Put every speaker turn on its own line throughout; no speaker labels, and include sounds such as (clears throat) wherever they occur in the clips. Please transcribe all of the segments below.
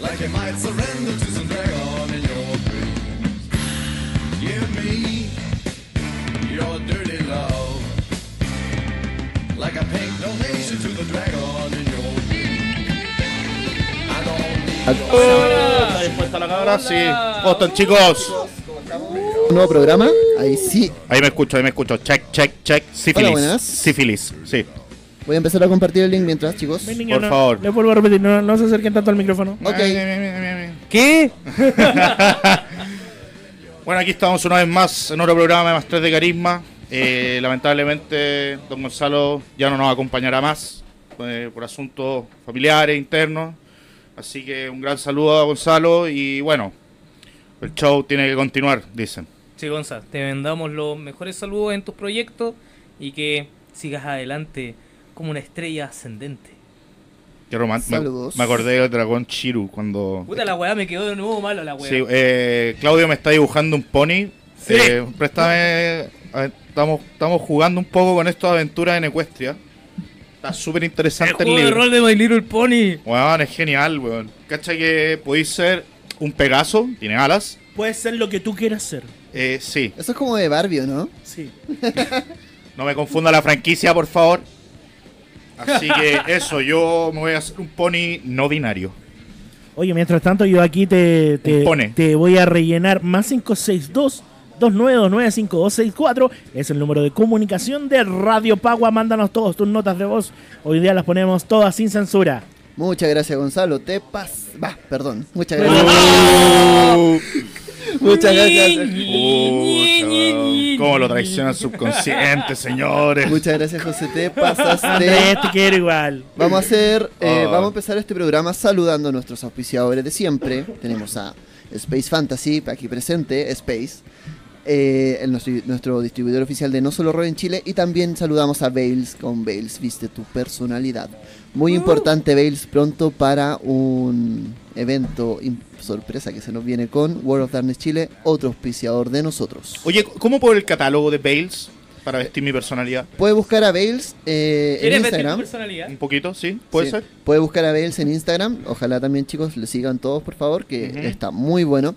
like you might surrender to some dragon in your dreams. Give me your dirty love, like a pink donation to the dragon in your dreams. I don't need
¿Está dispuesta la cabra? Sí. ¿Cómo están, chicos?
Un nuevo programa. Ahí sí.
Ahí me escucho, ahí me escucho. Check, check, check. Sífilis.
buenas.
Sífilis, sí.
Voy a empezar a compartir el link mientras, chicos.
Mi niño,
Por
no-
favor.
Les vuelvo a repetir, no, no se acerquen tanto al micrófono.
Ok. (laughs)
¿Qué?
Bueno, aquí estamos una vez más en otro programa de Más 3 de Carisma.
(laughs)
Eh, lamentablemente, don Gonzalo ya no nos acompañará más eh, por asuntos familiares, internos. Así que un gran saludo a Gonzalo y bueno, el show tiene que continuar, dicen.
Sí, Gonza, te vendamos los mejores saludos en tus proyectos y que sigas adelante como una estrella ascendente.
Qué romántico.
Saludos.
Me, me acordé del dragón Chiru cuando
Puta, la weá me quedó de nuevo malo la weá.
Sí, eh, Claudio me está dibujando un pony.
Sí.
Eh, préstame. a ver, estamos, estamos jugando un poco con estas aventuras en Ecuestria. Está súper
el
interesante el,
juego de
libro.
rol de My Little Pony.
Weón, es genial, weón. Cacha que podéis ser un Pegaso, tiene alas.
Puedes ser lo que tú quieras ser.
Eh, sí,
Eso es como de Barbie, ¿o ¿no?
Sí.
no me confunda la franquicia, por favor. Así
(laughs)
que eso, yo me voy a hacer un pony no binario.
Oye, mientras tanto, yo aquí te, te,
Impone.
te voy a rellenar más 562. 2929524 es el número de comunicación de Radio Pagua. Mándanos todos tus notas de voz. Hoy día las ponemos todas sin censura.
Muchas gracias, Gonzalo. Te pas. Va, perdón. Muchas gracias.
Uh,
Muchas gracias.
puta, ¿Cómo lo traiciona el subconsciente, señores?
Muchas gracias, José. Te pasaste.
Ah.
Andrés, te quiero igual.
Vamos a hacer, eh,
Ah.
vamos a empezar este programa saludando a nuestros auspiciadores de siempre. Tenemos a Space Fantasy, aquí presente, Space, eh, el, nuestro, nuestro distribuidor oficial de No Solo Rock en Chile. Y también saludamos a Bales, con Bales viste tu personalidad. Muy importante, Bales, pronto para un evento im- sorpresa que se nos viene con World of Darkness Chile, otro auspiciador de nosotros.
Oye, ¿cómo puedo el catálogo de Bales para vestir mi personalidad?
Puede buscar a Bales eh,
¿Quieres
en
vestir tu
Instagram.
personalidad?
Un poquito, ¿sí? ¿Puede
Sí.
ser?
Puede buscar a Bales en Instagram. Ojalá también, chicos, le sigan todos, por favor, que está muy bueno.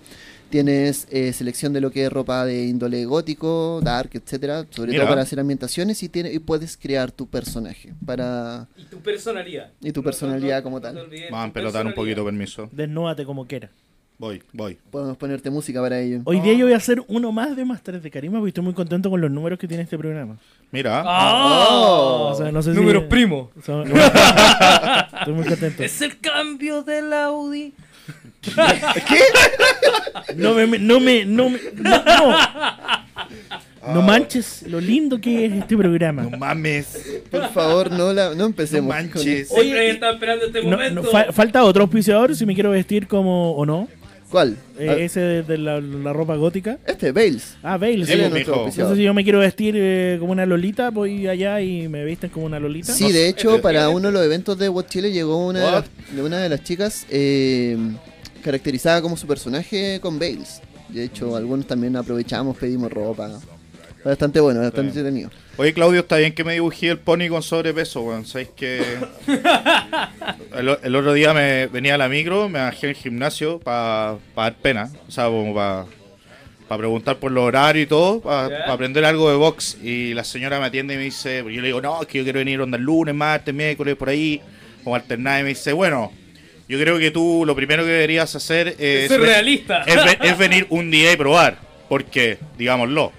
Tienes eh, selección de lo que es ropa de índole gótico, dark, etcétera, sobre
Mira.
todo para hacer ambientaciones y, tiene, y puedes crear tu personaje para
Y tu personalidad.
Y tu
No-
personalidad como
te
tal.
olvides
Vamos a
tu
pelotar un poquito, permiso.
Desnúdate como quieras.
Voy, voy.
podemos ponerte música para ello.
Hoy día yo voy a hacer uno más de Masters de Carisma porque estoy muy contento con los números que tiene este programa.
Mira.
¡Ah!
Oh.
O sea, no sé si-
Números primos.
O sea, (laughs) estoy muy contento.
Es el cambio del Audi.
No me, no me, no me, no, no.
Ah.
No manches lo lindo que es este programa.
No mames.
Por favor, no, la, no empecemos.
No manches.
Oye,
Siempre estaba esperando este
No,
momento.
no, fa- falta otro auspiciador si me quiero vestir como o no.
con- ¿Cuál?
Eh,
Ah,
ese de, de la, la ropa gótica.
Este, Bales.
Ah, Bale,
Sí,
sí.
Él es
mijo.
nuestro auspiciador.
Entonces, si yo me quiero vestir eh, como una lolita, voy allá y me visten como una lolita.
Sí, de hecho,
Este-
para uno de los eventos de What Chile llegó una, de
What?
las, de una de las chicas eh, caracterizada como su personaje con Bales. De hecho, algunos también aprovechamos, pedimos ropa. Bastante bueno, bastante
Está
entretenido.
Oye, Claudio, está bien que me dibujé el pony con sobrepeso, weón. Sabéis
(laughs)
que. El, o- el otro día me venía a la micro, me bajé al gimnasio para dar pena. O sea, como para. preguntar por los horarios y todo, para
Ya.
aprender algo de box. Y la señora me atiende y me dice, yo le digo, no, es que yo quiero venir onda el lunes, martes, miércoles, por ahí, como alternar. Y me dice, bueno, yo creo que tú lo primero que deberías hacer es...
Ser
ve-
realista.
es, ve- es venir un día y probar, porque, digámoslo,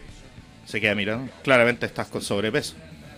se queda mirando, claramente estás con sobrepeso.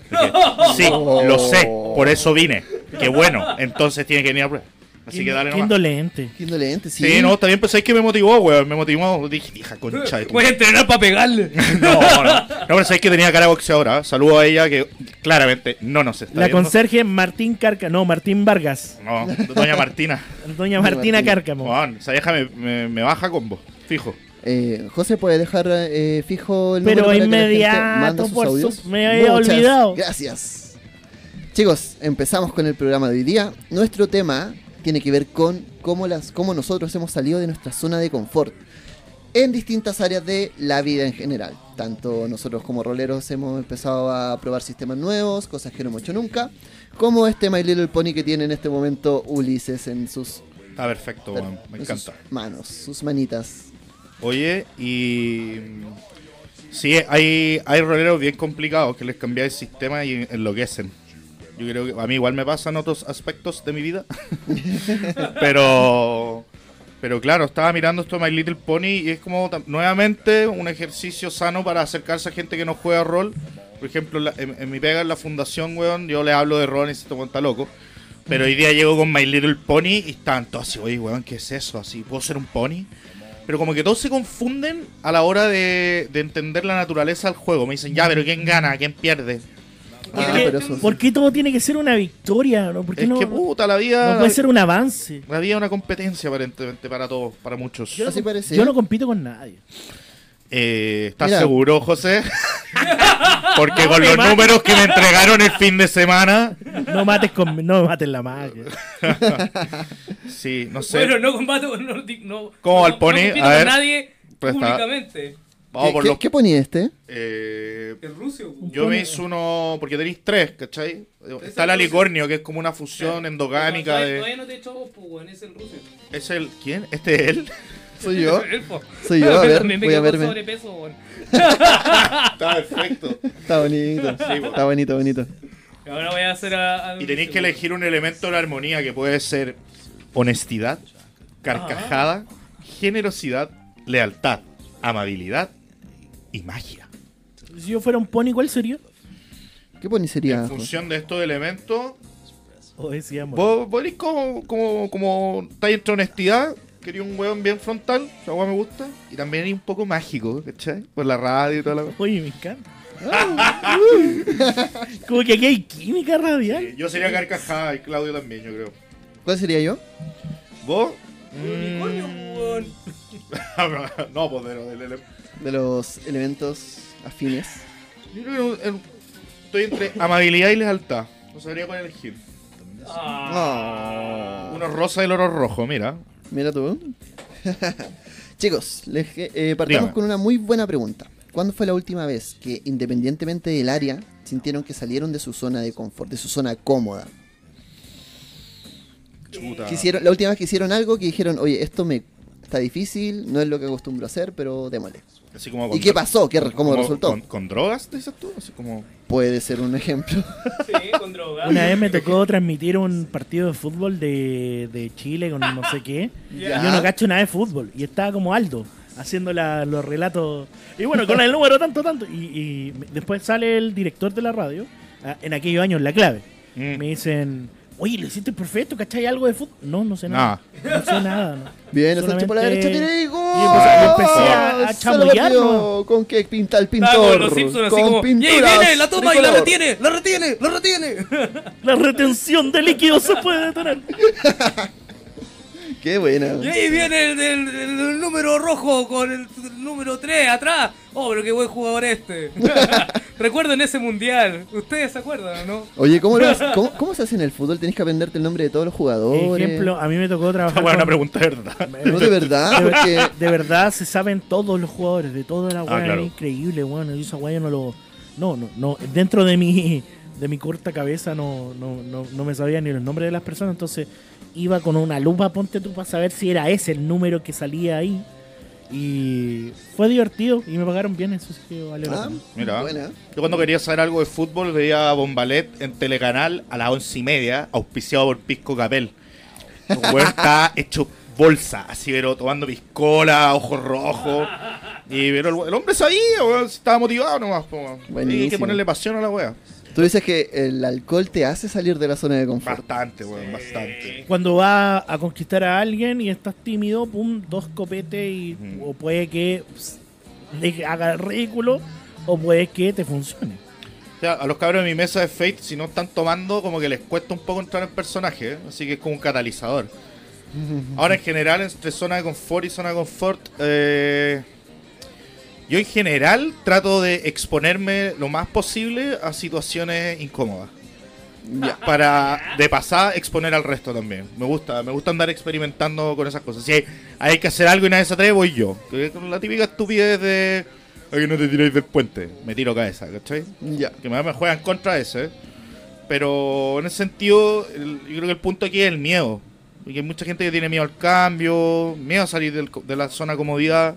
Y que, Sí, lo sé, por eso vine. Qué bueno, entonces tienes que venir a prueba. Así que dale
Qué
nomás.
indolente.
Qué indolente, sí.
Sí, no, también pensáis que me motivó, weón. Me motivó. Dije, hija, concha de tu
Voy a entrenar para pegarle.
(laughs) no, no. No, pero sabéis que tenía cara de boxeadora. ¿eh? Saludo a ella que claramente no nos está
La
viendo.
conserje Martín Carca, no, Martín Vargas.
No, doña
(laughs)
Martina.
Doña Martina
Martín.
Cárcamo.
Weón, esa vieja me, me- me baja combo. Fijo.
Eh, José puede dejar eh, fijo el
Pero
número para que la gente
inmediato,
mande sus
por
audios?
su- me había olvidado.
Gracias. Chicos, empezamos con el programa de hoy día. Nuestro tema tiene que ver con cómo, las, cómo nosotros hemos salido de nuestra zona de confort en distintas áreas de la vida en general. Tanto nosotros como roleros hemos empezado a probar sistemas nuevos, cosas que no hemos hecho nunca, como este My Little Pony que tiene en este momento Ulises en sus
Está perfecto,
Pero
weón. Me
con
encanta.
Sus manos, sus manitas.
Oye, y. mm, Sí, hay, hay roleros bien complicados que les cambia el sistema y enloquecen. Yo creo que a mí igual me pasan otros aspectos de mi vida. (laughs) pero. Pero claro, estaba mirando esto de My Little Pony y es como tam- nuevamente un ejercicio sano para acercarse a gente que no juega rol. Por ejemplo, la- en, en mi pega en la fundación, weón, yo le hablo de rol y se te cuenta loco. Pero hoy día llego con My Little Pony y están todos así, oye, weón, ¿qué es eso? Así, ¿puedo ser un pony? Pero como que todos se confunden a la hora de, de entender la naturaleza del juego. Me dicen, ya, pero ¿quién gana? ¿Quién pierde?
¿Por,
Ah,
qué,
pero eso-
por qué todo tiene que ser una victoria? ¿no? ¿Por qué
es
no,
que
no
puta, la vida.
puede ser un avance?
La vida es una competencia aparentemente para todos, para muchos.
Yo no,
Así
comp-
parece. Oh,
yo no compito con nadie.
Eh, ¿Estás
Mira.
seguro,
(laughs)
José? Porque con
me
los
mates.
números que me entregaron el fin de semana.
No mates con no mates la magia.
Sí, no sé.
Bueno, no combato, no, di- no,
¿Cómo
no-
al pony?
no compito
A
con
ver.
nadie
Pues está.
públicamente.
Vamos
¿Qué,
por
qué-
los.
qué ponía este?
eh,
El ruso. pues.
yo me hice uno. Porque tenéis tres, ¿cachai? Está el alicornio, que es como una fusión endogámica
todavía,
de.
Todavía no te he hecho vos, pues, weón, es el ruso.
¿Es el. ¿Quién? ¿Este es él?
Soy yo.
(laughs) El po.
Soy yo, a
Pero
ver,
también me
voy a
quedo con
verme.
sobrepeso, weón.
Está perfecto.
Está bonito.
bueno.
Está bonito, bonito.
Ahora voy a hacer a. a-
Y tenéis que elegir un elemento de la armonía que puede ser honestidad, carcajada, generosidad, lealtad, amabilidad y magia.
Si yo fuera un pony, ¿cuál sería?
¿Qué pony sería?
En función de estos elementos,
O decíamos.
vos vos eres como, como, como estáis entre honestidad, quería un hueón bien frontal, esa hueá me gusta, y también eres un poco mágico, ¿cachai? Por la radio y toda la cosa.
Oye, me encanta. (laughs) Como que aquí hay química radial.
Eh, Yo sería carcajada y Claudio también, yo creo.
¿Cuál sería yo?
¿Vos? Mm.
Unicornio, weón.
(laughs) no, pues de lo- del elemento.
De los elementos afines.
Yo creo que en- estoy entre amabilidad y lealtad. No sabría cuál elegir.
Ah,
No.
Uno rosa y el oro rojo, mira.
Ah. Mira tú. (laughs) Chicos, les, eh, partamos
Dígame.
con una muy buena pregunta. ¿Cuándo fue la última vez que, independientemente del área, sintieron que salieron de su zona de confort, de su zona cómoda?
Chuta.
Que hicieron- la última vez que hicieron algo que dijeron, oye, esto me está difícil, no es lo que acostumbro a hacer, pero démosle.
Así como
¿Y qué pasó? ¿Qué, re- ¿Cómo
como-
resultó?
Con, con drogas, dices tú? Así como...
Puede ser un ejemplo.
Sí, con drogado.
Una vez me tocó transmitir un partido de fútbol de, de Chile con no sé qué.
Ya.
Yo no cacho nada de fútbol. Y estaba como Aldo haciendo la- los relatos. Y bueno, con el número tanto, tanto. Y, y después sale el director de la radio, ah, en aquellos años, la clave.
Mm.
Me dicen, oye, lo hiciste perfecto, ¿cachai algo de fútbol? No, no sé
Nada.
nada. No sé nada. no.
Bien, el Sancho por la
Solamente-
derecha tiene gol.
Y empecé- empecé a- a
Se la perdió.
chamullarlo.
¿Con qué pinta el
Estaba
pintor?
con los Simpsons Ah, así
Con
como. Y ahí
pinturas
viene, la toma
de
y la
color.
retiene, la retiene, la retiene.
La retención de líquido se puede detener.
(laughs) Qué buena.
Y ahí viene el, el- el- el número rojo con el, número 3 atrás. Oh, pero qué buen jugador este. (laughs) Recuerden ese mundial. ¿Ustedes se acuerdan o no?
Oye, ¿cómo,
(laughs)
lo hace- cómo, cómo se hace en el fútbol? Tenés que aprenderte el nombre de todos los
Por
jugadores.
ejemplo, a mí me
(laughs)
tocó trabajar.
Bueno, una
con-
pregunta de verdad.
No, de verdad,
(laughs) de,
porque
de verdad se saben todos los jugadores de toda la weá.
Ah, claro.
Es increíble, weón. y esa weá yo no lo. No, no, no. Dentro de mi, de mi corta cabeza no, no, no, no me sabía ni los nombres de las personas. Entonces iba con una lupa, ponte tú, para saber si era ese el número que salía ahí. Y fue divertido y me pagaron bien. Eso sí que vale la
Ah,
pena.
Mira.
Buena.
Yo cuando quería saber algo de fútbol veía a Bombalet en Telecanal a las once y media, auspiciado por Pisco Capel.
(laughs)
El weón está hecho bolsa, así, pero tomando piscola, ojos rojos. Y pero el, we- el hombre sabía, weón, si estaba motivado nomás. po, weón.
Buenísimo.
Hay que ponerle pasión a la wea.
tú dices que el alcohol te hace salir de la zona de confort.
Bastante, weón, então, é bastante.
Cuando va a conquistar a alguien y estás tímido, pum, dos copetes y o puede que ps, le haga el ridículo o puede que te funcione.
O sea, a los cabros de mi mesa de Fate, si no están tomando, como que les cuesta un poco entrar en personaje, ¿eh? así que es como un catalizador. Ahora, en general, entre zona de confort y zona de confort, eh, yo en general trato de exponerme lo más posible a situaciones incómodas. Para de pasada exponer al resto también. Me gusta, me gusta andar experimentando con esas cosas. Si hay, hay que hacer algo y nadie se atreve, voy yo. Que es La típica estupidez de. "Ay, no te tiréis del puente. Me tiro cabeza, ¿cachai?
Ya.
que me, me juegan contra ese. Pero en ese sentido, el- yo creo que el punto aquí es el miedo. Y hay mucha gente que tiene miedo al cambio, miedo a salir del co- de la zona de comodidad.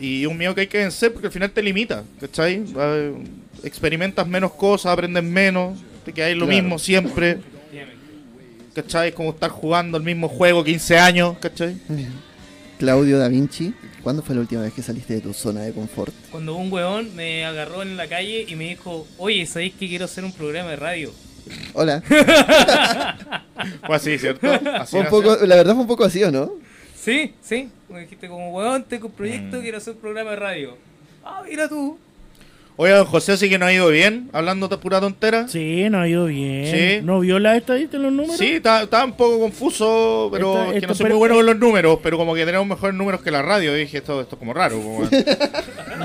Y un miedo que hay que vencer porque al final te limita, ¿cachai? Va- Experimentas menos cosas, aprendes menos, te quedas en lo
Claro.
mismo siempre. ¿Cachai? Es como estar jugando el mismo juego 15 años, ¿cachai?
Claudio da Vinci, ¿cuándo fue la última vez que saliste de tu zona de confort?
Cuando un weón me agarró en la calle y me dijo, oye, ¿sabéis que quiero hacer un programa de radio?
Hola.
Fue así,
(laughs)
¿cierto? Así
Fue un
nació.
poco, la verdad fue un poco así, ¿o no?
Sí, sí. Me dijiste como, weón, tengo un proyecto, quiero hacer un programa de radio. Ah, mira tú.
Oye, don José sí que no ha ido bien, hablando de pura tontera. Sí,
Sí, no ha ido bien.
Sí.
¿No vio la estadística en los números?
está, está un poco confuso, pero
Esto-
es que
esto-
no soy
pero-
muy bueno con los números, pero como que tenemos mejores números que la radio. Dije, esto, esto es como raro.
(laughs)
como-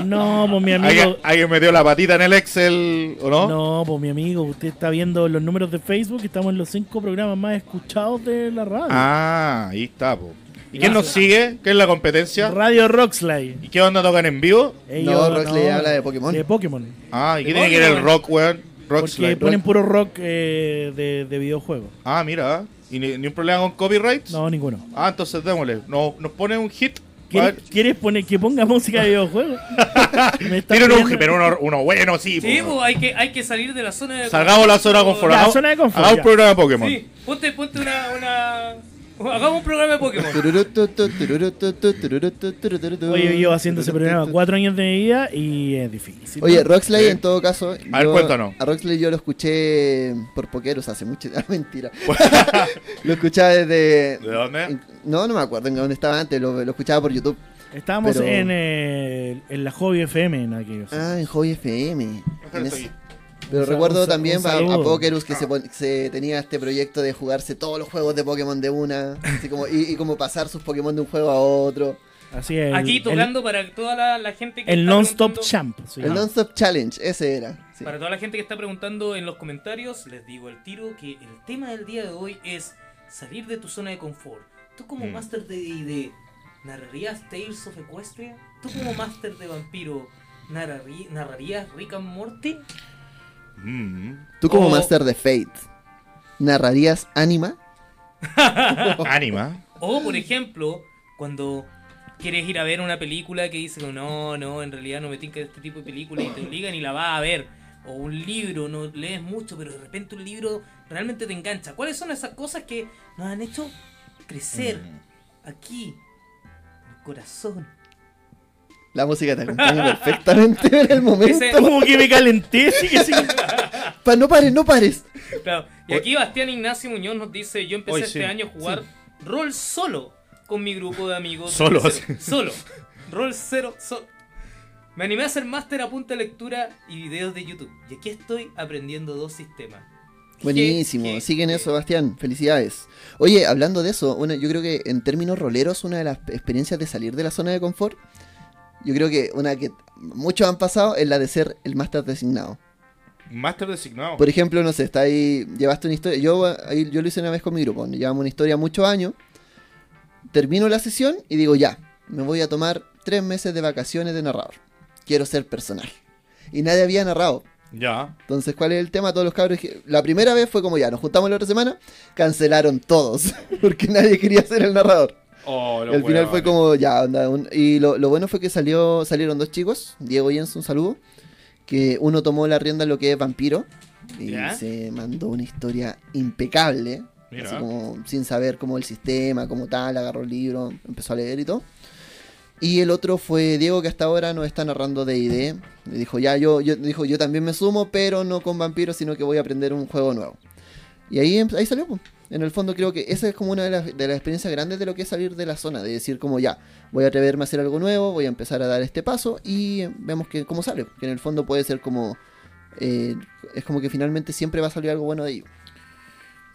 No, pues mi
¿Alguien,
amigo.
alguien metió la patita en el Excel o no?
No, pues mi amigo, usted está viendo los números de Facebook y estamos en los cinco programas más escuchados de la radio.
Ah, ahí está, po. ¿Y quién nos sigue? ¿Qué es la competencia?
Radio Rockslide.
¿Y qué onda tocan en vivo?
Ellos-
Rockslide habla de Pokémon.
De Pokémon.
Ah, ¿y qué tiene que ver el rock, weón? Rock
Porque
slide.
ponen puro rock eh, de, de videojuegos.
Ah, mira. ¿Y ni, ni un problema con copyrights?
No, ninguno.
Ah, entonces démosle. Nos, nos pone un hit. A
¿Quieres,
ver.
quieres poner que ponga (laughs) música de
(laughs)
videojuegos? Me está
Tienen un
pidiendo-
hit, pero uno, uno bueno, sí.
Sí,
po.
pues hay que, hay que salir de la zona de
Salgamos de la zona de confort.
La
hagamos-
zona de confort,
Hagamos
ya.
un programa de Pokémon. (laughs)
Sí, ponte, ponte una, una... Hagamos un programa de Pokémon.
Tururututu, tururututu, tururututu,
Oye, yo haciendo ese programa
tururututu.
cuatro años de mi vida y es difícil.
Oye, Roxley
Sí.
en todo caso.
A ver,
yo-
cuéntanos.
A Roxley yo lo escuché por poqueros hace mucho. (laughs) Ah, mentira. lo escuchaba
¿De
desde.
dónde?
No, no me acuerdo en dónde estaba antes. Lo, lo escuchaba por YouTube.
Estábamos
pero-
en, eh, en la Hobby FM en aquellos.
Ah, en Hobby FM. En
estoy. Ah.
ese- Pero
Un sa-
recuerdo
un sa-
también
un
a, a
saludo.
Pokerus que se, pon- que se tenía este proyecto de jugarse todos los juegos de Pokémon de una. así como, y, y como pasar sus Pokémon de un juego a otro.
Así es.
Aquí
el-
tocando para toda la, la gente que
El,
está
Non-Stop
preguntando-
Champ. se
El
llama.
Non-Stop Challenge, ese era. sí.
Para toda la gente que está preguntando en los comentarios, les digo al tiro que el tema del día de hoy es salir de tu zona de confort. Tú como
Mm.
máster de D&D, ¿narrarías Tales of Equestria? Tú como máster de vampiro, narrarí- ¿narrarías Rick and Morty?
Mm.
Tú como
O-
Master de Fate, ¿narrarías Anima?
Anima.
O, por ejemplo, cuando quieres ir a ver una película que dices, no, no, en realidad no me tinca este tipo de película y te obligan y la vas a ver. O un libro, no lees mucho, pero de repente un libro realmente te engancha. ¿Cuáles son esas cosas que nos han hecho crecer aquí? en el Corazón.
La música te acompaña perfectamente en el momento.
Ese-
(laughs) Como que me calenté. sí que sí.
Pa- no pares, no pares.
Claro. Y aquí Bastián Ignacio Muñoz nos dice, yo empecé
Hoy sí.
este año a jugar rol solo con mi grupo de amigos.
Solo,
Rol
sí.
cero. Solo. Rol cero, solo. Me animé a hacer máster a punta de lectura y videos de YouTube. Y aquí estoy aprendiendo dos sistemas. Je,
Buenísimo,
je,
siguen
je.
eso, Bastián. Felicidades. Oye, hablando de eso, una- yo creo que en términos roleros, una de las experiencias de salir de la zona de confort, yo creo que una que muchos han pasado es la de ser el máster designado.
Master designado.
(laughs) Por ejemplo, no sé, está ahí, llevaste una historia. Yo, ahí- yo lo hice una vez con mi grupo, llevamos una historia muchos años. Termino la sesión y digo, ya, me voy a tomar tres meses de vacaciones de narrador. Quiero ser personaje. Y nadie había narrado.
Ya.
Entonces, ¿cuál es el tema? Todos los cabros. que- La primera vez fue como ya, nos juntamos la otra semana, cancelaron todos, (laughs) porque nadie quería ser el narrador.
Oh,
Y al final fue como ya, onda, un- y lo, lo bueno fue que salió, salieron dos chicos, Diego y Enzo, un saludo, que uno tomó la rienda en lo que es vampiro y
Ya.
se mandó una historia impecable,
Mira.
así como sin saber cómo el sistema, como tal, agarró el libro, empezó a leer y todo. Y el otro fue Diego que hasta ahora nos está narrando D&D. Le dijo, ya, yo, yo, dijo, yo también me sumo, pero no con vampiros, sino que voy a aprender un juego nuevo. Y ahí, em- ahí salió, po. En el fondo creo que esa es como una de las, de las experiencias grandes de lo que es salir de la zona, de decir como ya, voy a atreverme a hacer algo nuevo, voy a empezar a dar este paso y eh, vemos que cómo sale, que en el fondo puede ser como... eh, es como que finalmente siempre va a salir algo bueno de ahí.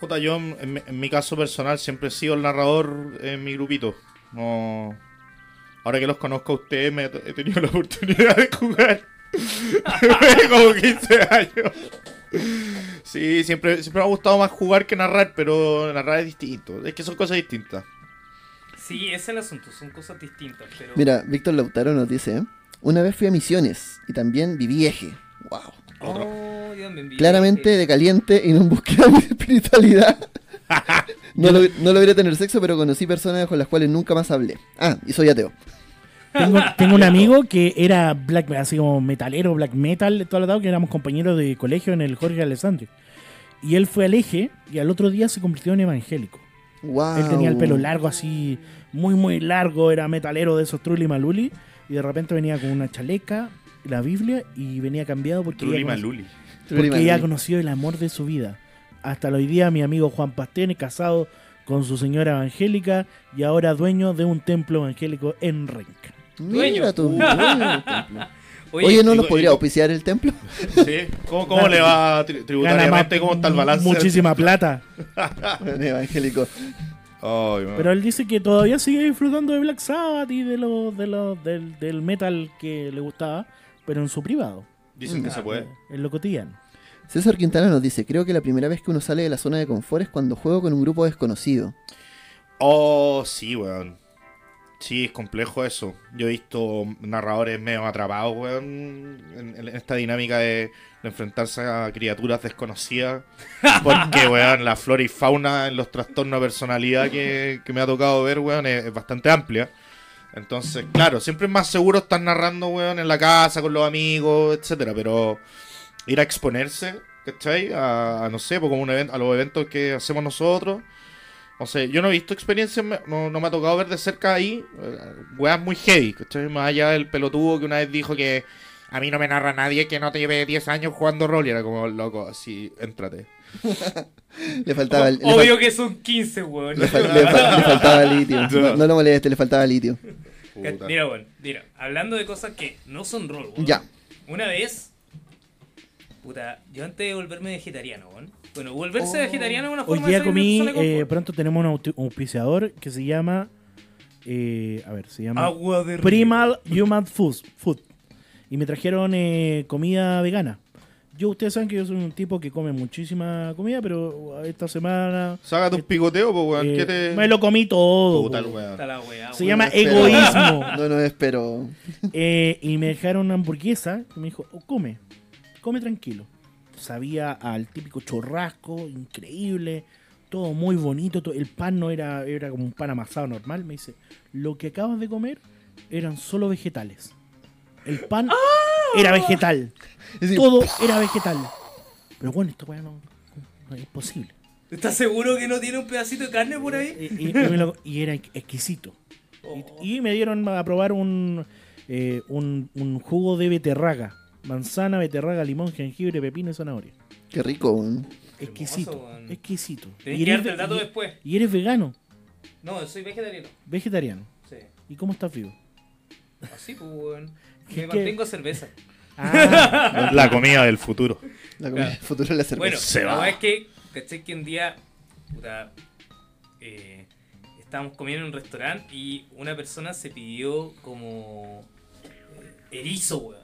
Jota, yo en, en mi- en mi caso personal siempre he sido el narrador en mi grupito. No. Ahora que los conozco a ustedes, me he he tenido la oportunidad de jugar. (laughs) Desde como 15 años. Sí, siempre, siempre me ha gustado más jugar que narrar, pero narrar es distinto. Es que son cosas distintas.
Sí, ese es el asunto, son cosas distintas. Pero
Mira, Víctor Lautaro nos dice, ¿eh? una vez fui a Misiones y también viví eje. ¡Wow!
Oh, Dios, me envié. (laughs)
claramente de caliente y no en búsqueda de espiritualidad. No, log- no logré tener sexo, pero conocí personas con las cuales nunca más hablé. Ah, y soy ateo.
Tengo, tengo un amigo que era black, así como metalero, black metal, todo lo dado, que éramos compañeros de colegio en el Jorge Alessandri. Y él fue al eje y al otro día se convirtió en evangélico.
Wow.
Él tenía el pelo largo, así, muy, muy largo, era metalero de esos Trulli Maluli. Y de repente venía con una chaleca, la Biblia, y venía cambiado porque,
Trulli
había, cono-
Maluli.
Trulli
porque había
Maluli.
conocido el amor de su vida. Hasta hoy día, mi amigo Juan Pastene, casado con su señora evangélica y ahora dueño de un templo evangélico en Renca.
(laughs)
Mira tú.
Dueño. eh,
bueno, el templo. Oye, ¿no nos
y-
podría
y-
auspiciar el templo? (laughs)
Sí. ¿Cómo, cómo le va a tri- tributariamente? ¿Cómo está el balance? (laughs)
Muchísima plata.
Un evangélico.
Ay, man.
Pero él dice que todavía sigue disfrutando de Black Sabbath y de lo, de lo- del, del metal que le gustaba, pero en su privado,
Dicen que se puede.
en lo cotidiano.
César Quintana nos dice, creo que la primera vez que uno sale de la zona de confort es cuando juego con un grupo desconocido.
Oh, sí, weón. Sí, es complejo eso. Yo he visto narradores medio atrapados, weón, en, en esta dinámica de, de enfrentarse a criaturas (laughs) desconocidas. Porque, weón, la flora y fauna en los trastornos de personalidad que, que me ha tocado ver, weón, es, es bastante amplia. Entonces, claro, siempre es más seguro estar narrando, weón, en la casa, con los amigos, etcétera, pero ir a exponerse, ¿cachai? A, a, no sé, pues como un evento, a los eventos que hacemos nosotros. O sea, yo no he visto experiencias, me- no, no me ha tocado ver de cerca ahí eh, weas muy heavy, ¿cachai? Más allá del pelotudo que una vez dijo que a mí no me narra nadie que no te lleve 10 años jugando rol y era como loco, así, éntrate.
Le faltaba el... le fal-
Obvio que son 15, weón.
le (laughs) fal- le fal- le faltaba litio. (laughs) No, no lo moleste, le faltaba litio.
Puta.
Mira, bueno, mira, hablando de cosas que no son rol, weón.
Ya.
Una vez, puta, yo antes de volverme vegetariano, weón. Bueno, volverse vegetariano (laughs) es una
Oh. Hoy
forma de
día
salir de
comí,
tu zona de
eh,
confort.
pronto tenemos un auti- un auspiciador que se llama, eh, a ver, se llama
agua de río.
Primal Human Food. Food. Y me trajeron eh, comida vegana. Yo, ustedes saben que yo soy un tipo que come muchísima comida, pero esta semana
Saca tus picoteos, pues, weón.
eh,
¿Qué te...
me lo comí todo.
Puta, el
weón.
weón.
Está la weá,
Se
weón.
llama
No espero-
egoísmo.
No nos espero.
Eh, y me dejaron una hamburguesa y me dijo, "Oh, come, come tranquilo. Sabía al típico chorrasco, increíble, todo muy bonito, to- el pan no era, era como un pan amasado normal. Me dice, lo que acabas de comer eran solo vegetales. El pan era vegetal,
(laughs) Es decir,
todo era vegetal. Pero bueno, esto weá, no- no es posible.
¿Estás seguro que no tiene un pedacito de carne por ahí?
Y, y- y me lo- y era exquisito. Y, y me dieron a probar un, eh, un, un jugo de beterraga. Manzana, beterraga, limón, jengibre, pepino y zanahoria.
Qué rico. weón.
Exquisito.
weón.
exquisito.
Tenés que darte el dato después.
y eres vegano,
No, yo soy vegetariano.
vegetariano.
Sí.
¿Y cómo
(laughs)
estás vivo?
Así, pues,
(laughs)
weón.
¿Qué-
Me mantengo cerveza.
Ah,
(laughs) La comida del futuro.
La comida
Claro.
futuro de la cerveza.
Bueno,
Se
la
va.
verdad es que, ¿cachai? Que un día, puta, eh, estábamos comiendo en un restaurante y una persona se pidió como eh, erizo, weón.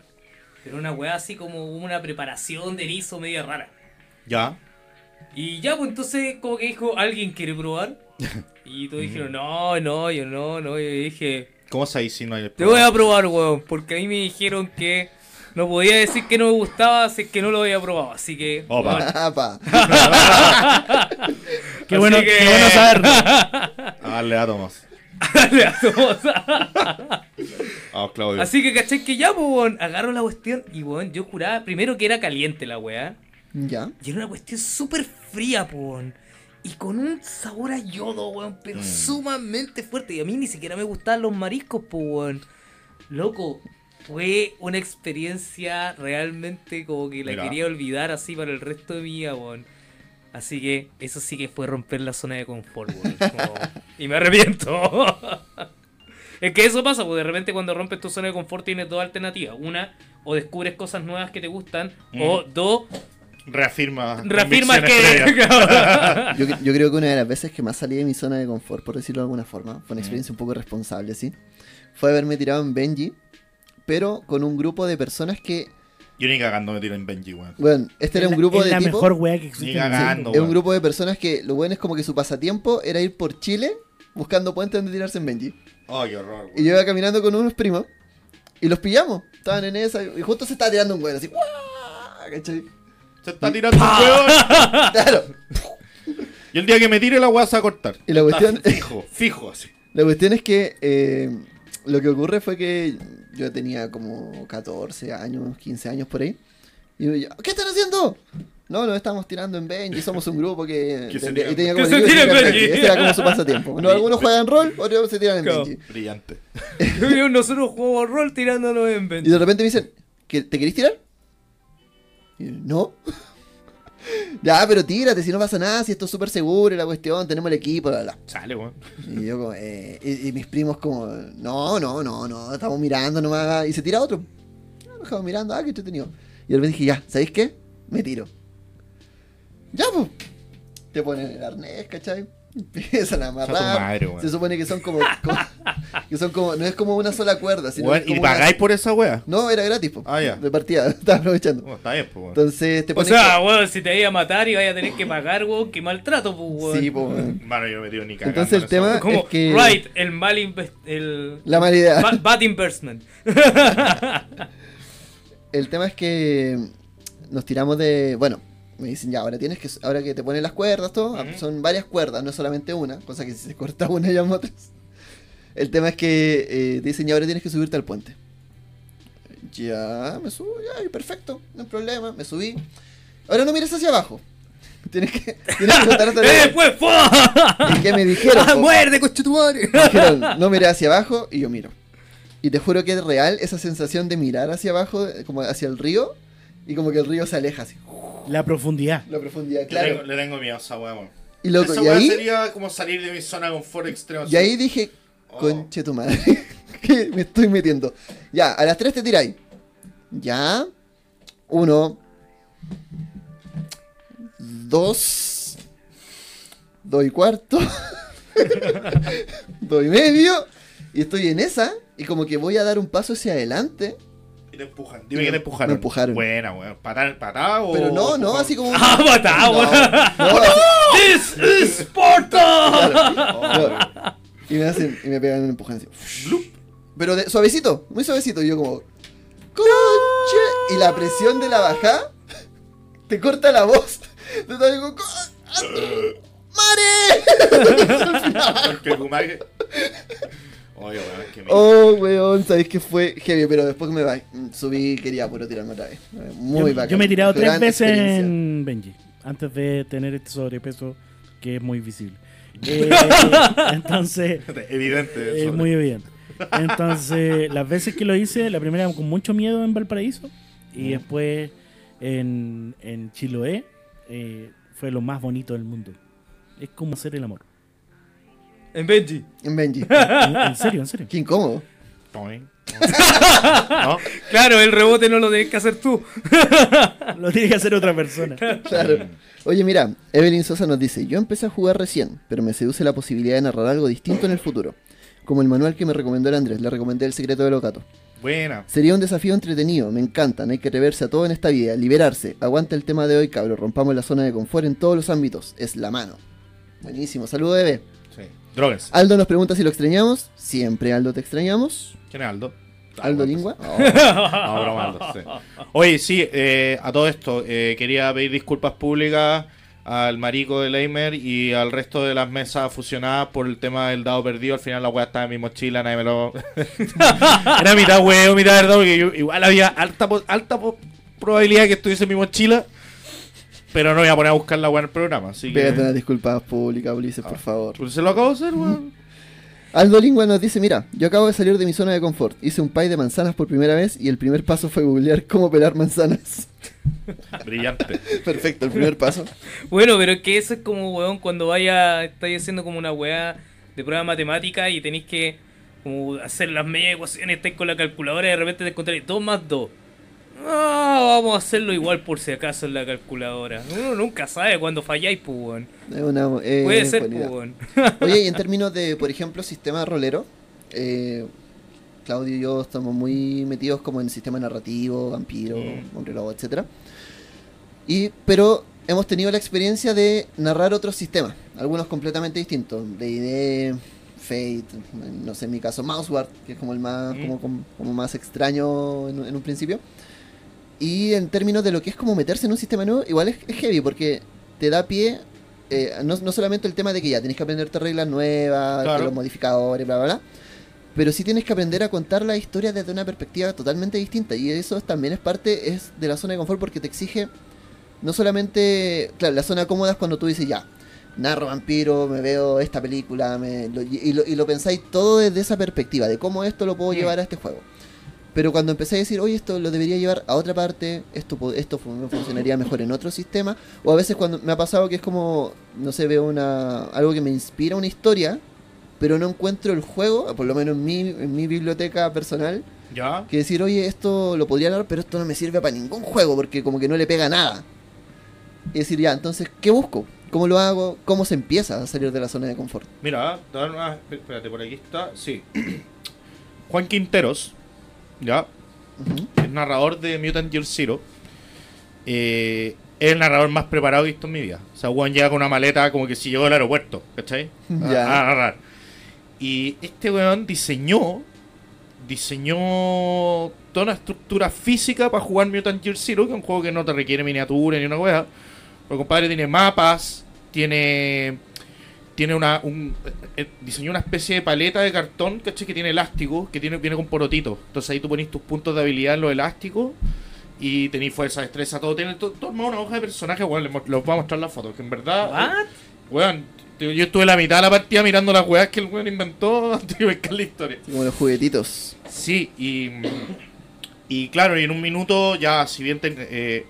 Pero una weá así como una preparación de erizo media rara.
Ya.
Y ya, pues entonces, como que dijo, ¿alguien quiere
(laughs)
probar? Y todos dijeron, no, no, yo no, no. Yo dije,
¿Cómo sabéis si no hay el
te voy
programa?
a probar, weón, porque a mí me dijeron que no podía decir que no me gustaba si es que no lo había probado. Así que, (laughs)
Opa.
(laughs)
weón,
Apa.
qué, bueno,
que-
qué bueno saberlo.
A darle átomos.
le hacemos-
A Claudio.
Así que caché que ya, pues, weón, agarro la cuestión y, weón, yo juraba primero que era caliente la weá.
Ya.
Y era una cuestión súper fría, po, weón. Y con un sabor a yodo, weón, pero sumamente fuerte. Y a mí ni siquiera me gustaban los mariscos, po, weón. Loco, fue una experiencia realmente como que la
Mira.
quería olvidar así para el resto de mi vida, weón. Así que eso sí que fue romper la zona de confort, weón. Como- y me arrepiento. (laughs) es que eso pasa, porque de repente cuando rompes tu zona de confort tienes dos alternativas. Una, o descubres cosas nuevas que te gustan, o dos,
Reafirma.
Reafirma que.
convicciones
(laughs)
previas. (laughs)
Yo, yo creo que una de las veces que más salí de mi zona de confort, por decirlo de alguna forma, fue una experiencia un poco responsable, ¿sí? Fue haberme tirado en Benji, pero con un grupo de personas que,
Yo ni cagando me tiro en Benji, weón.
bueno, este era un
Es la-
grupo
es
de
la
tipo,
mejor weá que existe.
Ni
en el
cagando,
mundo.
es un
weón.
grupo de personas que lo bueno es como que su pasatiempo era ir por Chile buscando puentes donde tirarse en Benji.
Oh, qué horror, weón.
Y yo iba caminando con unos primos y los pillamos. Estaban en esa y justo se estaba tirando un güey así. ¡guau! ¿Cachai?
(laughs)
Se está tirando un weón.
Claro.
Yo Yo el día que me tire la weá se va a cortar.
Y la cuestión- (laughs)
Está Fijo, fijo así.
La cuestión es que eh, lo que ocurre fue que yo tenía como 14 años, 15 años por ahí. Y yo, decía, ¿qué están haciendo? No, nos estamos tirando en Benji, somos un grupo que...
Que se
y
tiran-
que
tenía como
se
amigos
tiran
tiran
Benji.
Ese era como
(laughs)
su pasatiempo. No, algunos juegan rol, otros se tiran en
Claro.
Benji.
Brillante.
Nosotros jugamos rol tirándonos en
Y
venta.
de repente me dicen, ¿que- ¿te querés tirar? Y yo, no. (laughs) ya, pero tírate, si no pasa nada, si esto es súper seguro y la cuestión, tenemos el equipo, bla, bla. bla.
Sale, weón.
Y yo como, eh, y, y mis primos como, no, no, no, no, estamos mirando nomás. Y se tira otro. No, nos quedamos mirando, ah, qué entretenido. Y de repente dije, ya, ¿sabéis qué? Me tiro. Ya, pues. Te ponen el arnés, ¿cachai? Empiezan a amarrar.
madre, weón.
se supone que son como, como- que son como, no es como una sola cuerda, sino
Weón,
es como
y
una-
pagáis por esa weá.
No, era gratis, po.
Ah, ya.
De partida, (laughs) estaba aprovechando.
Bueno, está bien, pues, weón.
Entonces te
O
ponen
sea, weón, si te iba a matar y vaya a tener que pagar, weón, qué maltrato, pues, weón.
Sí, po, weón.
Mano, yo me tiro ni cagando.
Entonces
en
el
esa
tema-
weá.
Como,
Es que-
right, el mal inves- el
La mala idea.
bad, bad
(laughs)
investment.
El tema es que nos tiramos de. Bueno, me dicen ya, ahora tienes que. Ahora que te ponen las cuerdas, todo. ah, Son varias cuerdas, no es solamente una. Cosa que si se corta (laughs) una, llaman otras. El tema es que eh, te dicen ya, ahora tienes que subirte al puente. Ya, me subo, ya, y perfecto, no hay problema, me subí. Ahora no mires hacia abajo. (laughs) Tienes que.
(laughs)
Tienes que botar hasta
¡Eh,
abajo.
pues, (laughs) fa!
¿Y qué me dijeron? po?
¡Muerde, cochetumare!
Me dijeron, no miré hacia abajo y yo miro. Y te juro que es real esa sensación de mirar hacia abajo, eh, como hacia el río, y como que el río se aleja así,
La profundidad.
la profundidad,
Le tengo-
claro.
Le tengo miedo a esa weá, weón.
Y loco,
esa
y
weá
ahí,
sería como salir de mi zona de confort extremo.
y ahí dije,
Oh.
conche tu madre, (laughs) que me estoy metiendo. Ya, a las 3 te tiráis. Ya, uno, dos, dos y cuarto, (laughs) dos y medio, y estoy en esa, y como que voy a dar un paso hacia adelante.
Y te empujan. Dime que te empujaron.
Me empujaron.
Buena, weón. Patada, patada o.
Pero no,
empujón?
no,
(laughs)
así como. (laughs)
¡Ah, matado,
No,
weón!
(laughs) no, así-
¡This is
(laughs)
Sparta!
no. Y me hacen, y me pegan un empujón así. Pero de- suavecito, muy suavecito. Y yo como. ¡Conche! Y la presión de la bajada te corta la voz. Te digo, "Co- ah, ¡Mare!
Porque el Kumage- Oye, weón, es que me.
Oh, weón, sabéis que fue heavy, pero después me ba- subí quería puro tirarme otra vez. Muy
yo,
bacán.
yo me he tirado tres
Gran
veces
experiencia.
en Benji, antes de tener este sobrepeso que es muy visible.
(laughs)
Eh, entonces,
(laughs) Evidente.
es
sobre-
Eh, muy evidente. Entonces, (laughs) las veces que lo hice, la primera con mucho miedo en Valparaíso y después en, en Chiloé, eh, fue lo más bonito del mundo. Es como hacer el amor. (laughs)
En Benji.
En Benji.
En, en serio, en serio.
Qué incómodo.
Toin. ¿eh? (laughs) No,
Claro, el rebote no lo tenés que hacer tú.
Lo tiene que hacer otra persona.
Claro. Oye, mira, Evelyn Sosa nos dice, yo empecé a jugar recién, pero me seduce la posibilidad de narrar algo distinto en el futuro. Como el manual que me recomendó el Andrés, le recomendé El secreto de Locato.
Buena.
Sería un desafío entretenido, me encantan, hay que reverse a todo en esta vida, liberarse. Aguanta el tema de hoy, cabro, rompamos la zona de confort en todos los ámbitos, es la mano. Buenísimo, saludo, Eve.
Sí. Drogues.
Aldo nos pregunta si lo extrañamos. Siempre, Aldo, te extrañamos.
¿Quién es Aldo?
Aldo
pues,
Lingua. (laughs)
No, broma, Aldo, sí. Oye, sí, eh, a todo esto, eh, quería pedir disculpas públicas al marico de Leimer y al resto de las mesas fusionadas por el tema del dado perdido. Al final la weá estaba en mi mochila, nadie me lo. (laughs) Era mitad huevo, mitad verdad, porque yo- igual había alta, po- alta po- probabilidad que estuviese en mi mochila, pero no me iba a poner a buscar la weá en el programa. Así que.
Pégate unas disculpas públicas, Ulises, por favor.
Pues se lo acabo de hacer, weón.
Aldo Lingua nos dice, mira, yo acabo de salir de mi zona de confort, hice un pie de manzanas por primera vez y el primer paso fue googlear cómo pelar manzanas. (laughs)
Brillante.
Perfecto, el primer paso.
Bueno, pero es que eso es como, weón, cuando vaya, estáis haciendo como una weá de prueba de matemática y tenéis que como hacer las medias ecuaciones, estáis con la calculadora y de repente te encontráis 2 más 2. Ah, vamos a hacerlo igual por si acaso en la calculadora. Uno nunca sabe cuando falláis, pues, weón.
Es una, eh,
Puede ser,
buena
pues,
idea.
weón.
Oye, y en términos de, por ejemplo, sistema rolero, eh, Claudio y yo estamos muy metidos como en sistema narrativo, vampiro, hombre lobo, etc. Y, pero hemos tenido la experiencia de narrar otros sistemas, algunos completamente distintos, D&D, Fate, no sé, en mi caso, Mouseward, que es como el más,
Mm.
como, como- como más extraño en, en un principio. Y en términos de lo que es como meterse en un sistema nuevo, igual es, es heavy, porque te da pie eh, no, no solamente el tema de que ya tenés que aprenderte reglas nuevas, de
Claro.
los modificadores, bla, bla, bla, pero sí tienes que aprender a contar la historia desde una perspectiva totalmente distinta. Y eso también es parte es de la zona de confort porque te exige no solamente, claro, la zona cómoda es cuando tú dices ya, narro vampiro, me veo esta película, me, lo- y, lo, y lo pensáis todo desde esa perspectiva, de cómo esto lo puedo llevar a este juego. Pero cuando empecé a decir, oye, esto lo debería llevar a otra parte, esto, po- esto fun- funcionaría mejor en otro sistema, o a veces cuando me ha pasado que es como, no sé, veo una, algo que me inspira una historia, pero no encuentro el juego, por lo menos en mi, en mi biblioteca personal,
¿Ya?
que decir, oye, esto lo podría hablar, pero esto no me sirve para ningún juego, porque como que no le pega nada. Y decir, ya, entonces, ¿qué busco? ¿Cómo lo hago? ¿Cómo se empieza a salir de la zona de confort?
Mira, te dan una- espérate, por aquí está. Sí. (clears throat) Juan Quinteros, ya,
Ujú.
el narrador de Mutant Year Zero, eh, es el narrador más preparado que he visto en mi vida. O sea, Juan llega con una maleta como que si llegó al aeropuerto, ¿cachai? A-
Ya.
A narrar. Y este weón diseñó, diseñó toda una estructura física para jugar Mutant Year Zero, que es un juego que no te requiere miniatura ni una wea. Pero compadre tiene mapas, tiene. Tiene una. Un, eh, eh, diseñó una especie de paleta de cartón, ¿cachai? Que tiene elástico, que tiene, viene con porotitos. Entonces ahí tú pones tus puntos de habilidad en los elásticos. Y tenéis fuerza, destreza, todo. Tiene todo, todo armado una hoja de personaje, weón. les mo- Les voy a mostrar la foto. Que en verdad.
¿What?
Weón, yo yo estuve la mitad de la partida mirando las weas que el weón inventó (laughs) antes de pescar la historia.
Así Como los juguetitos.
Sí, y, y claro, y en un minuto ya, si bien... ten- eh,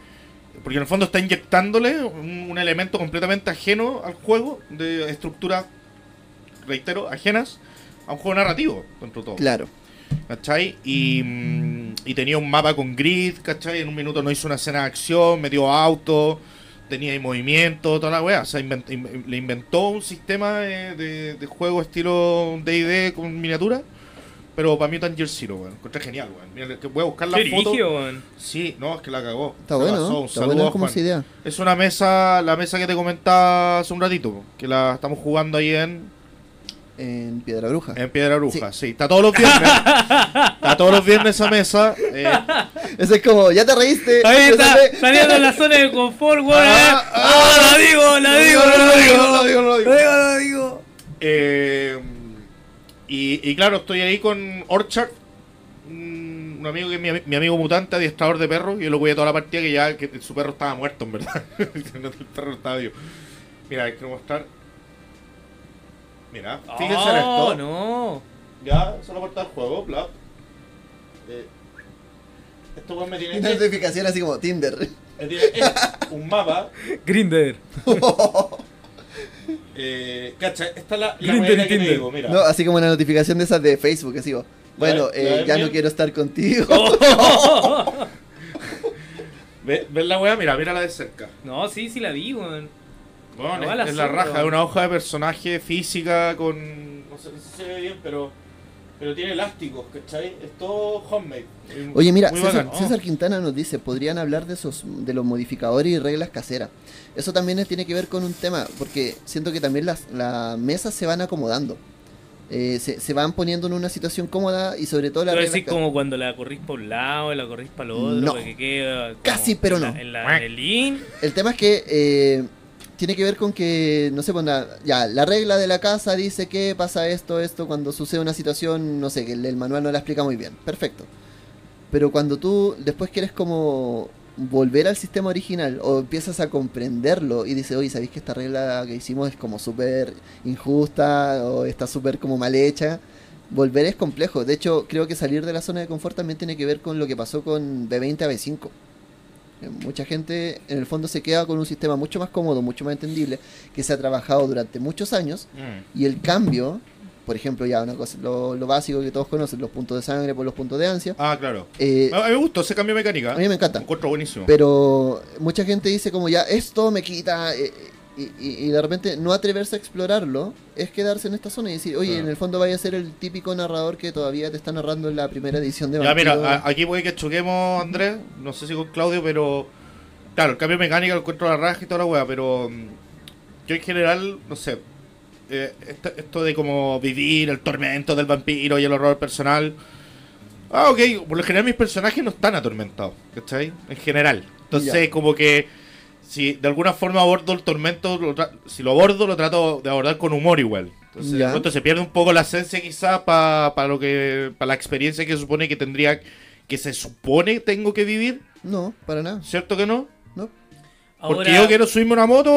porque en el fondo está inyectándole un, un elemento completamente ajeno al juego, de estructuras, reitero, ajenas a un juego narrativo, dentro de todo.
Claro.
¿Cachai? Y, mm, y tenía un mapa con grid, ¿cachai? En un minuto no hizo una escena de acción, metió auto, tenía ahí movimiento, toda la weá. O sea, invent- in- le inventó un sistema de, de- de juego estilo DD con miniatura. Pero para mí tan Year Zero, weón. Encontré genial, weón. Mira, que voy a buscar la
Qué
foto.
rígido,
(laughs)
weón.
Sí, no, es que la cagó.
Está
Se
bueno,
pasó.
¿no?
Un
Está
saludo
buena
a
como
Juan.
esa idea.
Es una mesa, la mesa que te comentaba hace un ratito, po, que la estamos jugando ahí en,
En Piedra Bruja.
en Piedra Bruja. Sí. está todos los viernes. está todos los viernes esa mesa. eh,
Ese es como, ya te reíste.
Ahí está,
Entonces, ve-
saliendo de la zona de confort, weón.
Ah,
eh. Ah, lo digo, (laughs) lo digo, lo digo, lo digo.
no
Lo digo, lo digo.
Eh, y, y claro, estoy ahí con Orchard, un un amigo que es mi, ami- mi amigo mutante, adiestrador de perro. Yo lo cuidé toda la partida que ya que su perro estaba muerto, en verdad. (laughs) el perro estaba vivo. Mira, les quiero mostrar. Mira, fíjense en
Oh,
esto.
no.
Ya, solo corta el juego, bla. Eh, esto weón me tiene,
Una notificación así como Tinder.
me tiene eh, un mapa.
Grinder. (laughs)
Eh, cacha, esta es la, la
Grindr y
manera que te
Tinder.
digo, mira.
No, así como una notificación de esas de Facebook, así como, bueno,
Ya,
eh,
ya,
ya no
bien.
quiero estar contigo.
¿Ves la weá? Mira, mírala de cerca.
No, sí, sí la vi, weón.
Bueno,
No,
es-
la
es, la
zorra.
raja, es una hoja de personaje física con. No sé, no sé si se ve bien, pero. Pero tiene elásticos, ¿cachai? Es todo homemade. Muy-
Oye, mira,
muy
César,
bacán. Oh.
César Quintana nos dice, podrían hablar de esos de los modificadores y reglas caseras. Eso también es- tiene que ver con un tema, porque siento que también las, las mesas se van acomodando. Eh, se, se van poniendo en una situación cómoda y sobre todo la
Pero
reglas
decís
ca-
como cuando la corrís para un lado y la corrís para el otro.
No.
porque queda como
Casi, pero
en la-
no.
En, la, en el link.
El tema es que eh, tiene que ver con que, no sé, pues, la- ya, la regla de la casa dice que pasa esto, esto, cuando sucede una situación, no sé, que el, el manual no la explica muy bien. Perfecto. Pero cuando tú después quieres como volver al sistema original o empiezas a comprenderlo y dices, oye, ¿sabéis que esta regla que hicimos es como súper injusta o está súper como mal hecha? Volver es complejo. De hecho, creo que salir de la zona de confort también tiene que ver con lo que pasó con B20 a B5. Eh, Mucha gente en el fondo se queda con un sistema mucho más cómodo, mucho más entendible, que se ha trabajado durante muchos años
Mm.
y el cambio, por ejemplo, ya una cosa, lo, lo básico que todos conocen, los puntos de sangre por los puntos de ansia,
Ah, claro.
eh,
A a mí me gustó ese cambio de mecánica.
a mí me encanta.
Lo encuentro buenísimo.
Pero mucha gente dice como ya, esto me quita. eh, y, y- y de repente no atreverse a explorarlo es quedarse en esta zona y decir, oye,
Claro.
en el fondo vaya a ser el típico narrador que todavía te está narrando en la primera edición de
ya, mira,
Vampiro".
a- aquí puede que choquemos, Andrés. No sé si con Claudio, pero. Claro, el cambio de mecánica lo encuentro a la raja y toda la weá, pero. mm, Yo en general, no sé. eh, esto, esto de como vivir el tormento del vampiro y el horror personal. Ah, ok. Por lo general mis personajes no están atormentados, ¿cachai? En general. Entonces,
Ya.
como que si de alguna forma abordo el tormento, lo tra- si lo abordo, lo trato de abordar con humor igual. Entonces, de
Ya.
pronto se pierde un poco la esencia quizás para lo que para la experiencia que supone que tendría que se supone tengo que vivir,
No, para nada.
¿cierto que no?
No.
Porque yo quiero subirme a una moto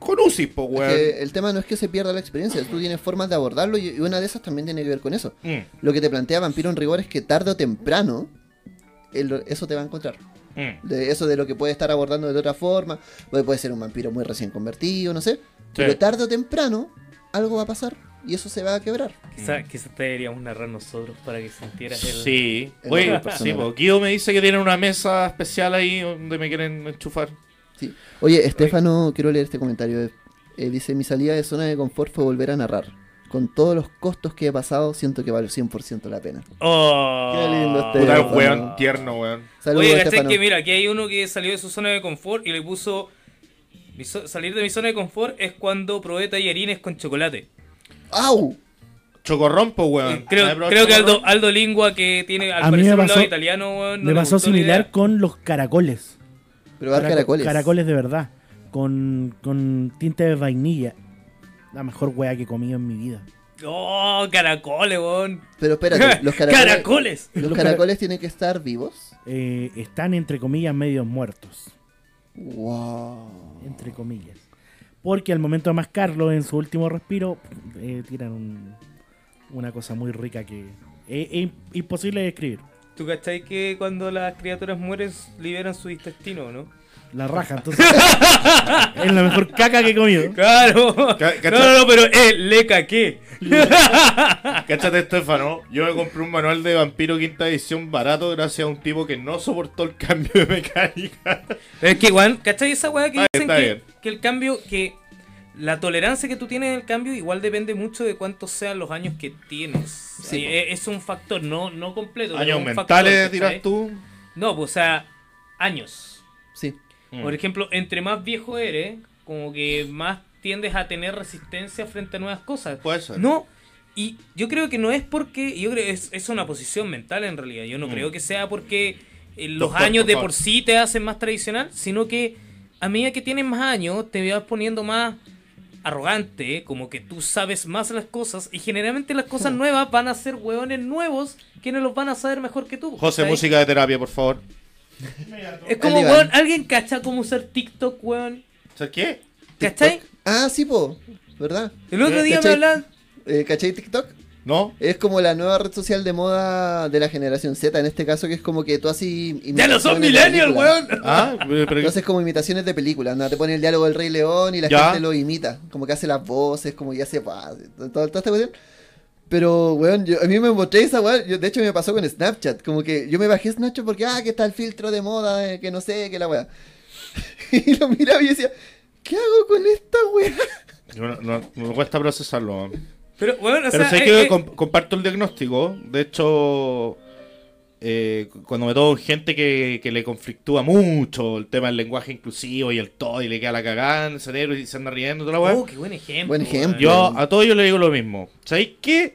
con UCI, pues, weón.
Que el tema no es que se pierda la experiencia, tú tienes formas de abordarlo y y una de esas también tiene que ver con eso.
Mm,
Lo que te plantea Vampiro en rigor es que tarde o temprano el- eso te va a encontrar.
mm.
De eso de lo que puede estar abordando de otra forma, puede, puede ser un vampiro muy recién convertido, no sé. Pero tarde o temprano algo va a pasar y eso se va a quebrar.
Quizás te deberíamos narrar nosotros para que sintieras el.
Sí,
el
oye,
otro personaje.
sí, pues, Guido me dice que tienen una mesa especial ahí donde me quieren enchufar.
Sí. Oye, Estefano, quiero leer este comentario. Eh, dice, mi salida de zona de confort fue volver a narrar. Con todos los costos que he pasado, siento que vale 100% la pena.
Oh.
Qué lindo este
Puta,
Estefano.
weón, tierno, weón.
Saludos,
Oye, ¿cachai
Estefano.
que mira, aquí hay uno que salió de su zona de confort y le puso. "Mi zo- salir de mi zona de confort es cuando probé tallarines con chocolate.
¡Au!
Chocorrompo,
Ah.
weón. ¿Has
Creo,
probado
creo que
chocorrompo?
Aldo, Aldo Lingua, que tiene al
A mí me
parecer un
pasó-
lado italiano, weón, (laughs) no
Me
le
pasó
gustó la
similar
idea.
con los caracoles.
Probar
Caraco-
caracoles.
Caracoles de verdad. Con, con tinte de vainilla. La mejor wea que he comido en mi vida.
Oh, caracoles, weón.
Pero
(laughs)
espérate, los caracoles...
Caracoles.
¿Los
Los
caracoles tienen que estar vivos?
Eh, están entre comillas medios muertos.
¡Wow!
Entre comillas. Porque al momento de mascarlo, en su último respiro, eh, tiran un- una cosa muy rica que es es imposible de describir.
¿Tú cachai que cuando las criaturas mueren liberan su intestino, no?
La raja, entonces. es la mejor caca que he comido.
Claro.
Ca- cacha-
No, no, no, pero eh, le caqué.
Cáchate, Estefano. Yo me compré un manual de Vampiro quinta edición barato gracias a un tipo que no soportó el cambio de mecánica.
Pero es que, weón, ¿cachai esa weá que
Está bien,
dicen
está
que,
bien.
que el cambio, que la tolerancia que tú tienes en el cambio igual depende mucho de cuántos sean los años que tienes?
Sí,
Eh, eh, es un factor, no, no completo.
Años
es un
mentales,
factor,
dirás
¿cachai?
tú.
No, pues, o sea, años.
Sí.
Mm.
Por ejemplo, entre más viejo eres, como que más tiendes a tener resistencia frente a nuevas cosas.
Puede ser.
No, y yo creo que no es porque, yo creo que es, es una posición mental en realidad. Yo no
Mm.
creo que sea porque eh, los
Doctor,
años
por
de
favor.
por sí te hacen más tradicional, sino que a medida que tienes más años te vas poniendo más arrogante, como que tú sabes más las cosas y generalmente las cosas
Hmm.
nuevas van a ser hueones nuevos quienes los van a saber mejor que tú.
José,
¿cachai?
música de terapia, por favor.
Es como,
Iván.
weón, alguien cacha cómo usar TikTok, weón.
¿Sabes qué?
¿Cachai?
Ah, sí, po. ¿Verdad?
El otro día me
¿Cachai?
hablan.
Eh, ¿Cachai TikTok?
¿No?
Es como la nueva red social de moda de la generación Z, en este caso, que es como que tú así...
Ya no son
imitaciones de
millennials,
películas.
weón.
Ah, pero- pero-
Entonces como imitaciones de películas, ¿no? Te pone el diálogo del Rey León y la
Ya.
gente lo imita, como que hace las voces, como que hace pa, toda, toda esta cuestión. Pero, weón, yo- a mí me mostré esa weón, yo- de hecho me pasó con Snapchat, como que yo me bajé Snapchat porque, ah, que está el filtro de moda, eh, que no sé, que la weá. (laughs) y lo miraba y decía, ¿qué hago con esta weá? (laughs)
no, no- no me cuesta procesarlo.
Pero, weón, o
Pero
sea.
sé
eh,
que
eh,
comp- comparto el diagnóstico. De hecho, eh, cuando me toco gente que, que le conflictúa mucho el tema del lenguaje inclusivo y el todo, y le queda la cagada en el cerebro y se anda riendo, toda la weá.
Oh, qué buen ejemplo.
Buen ejemplo.
Yo a todos yo le digo lo mismo. ¿Sabéis qué?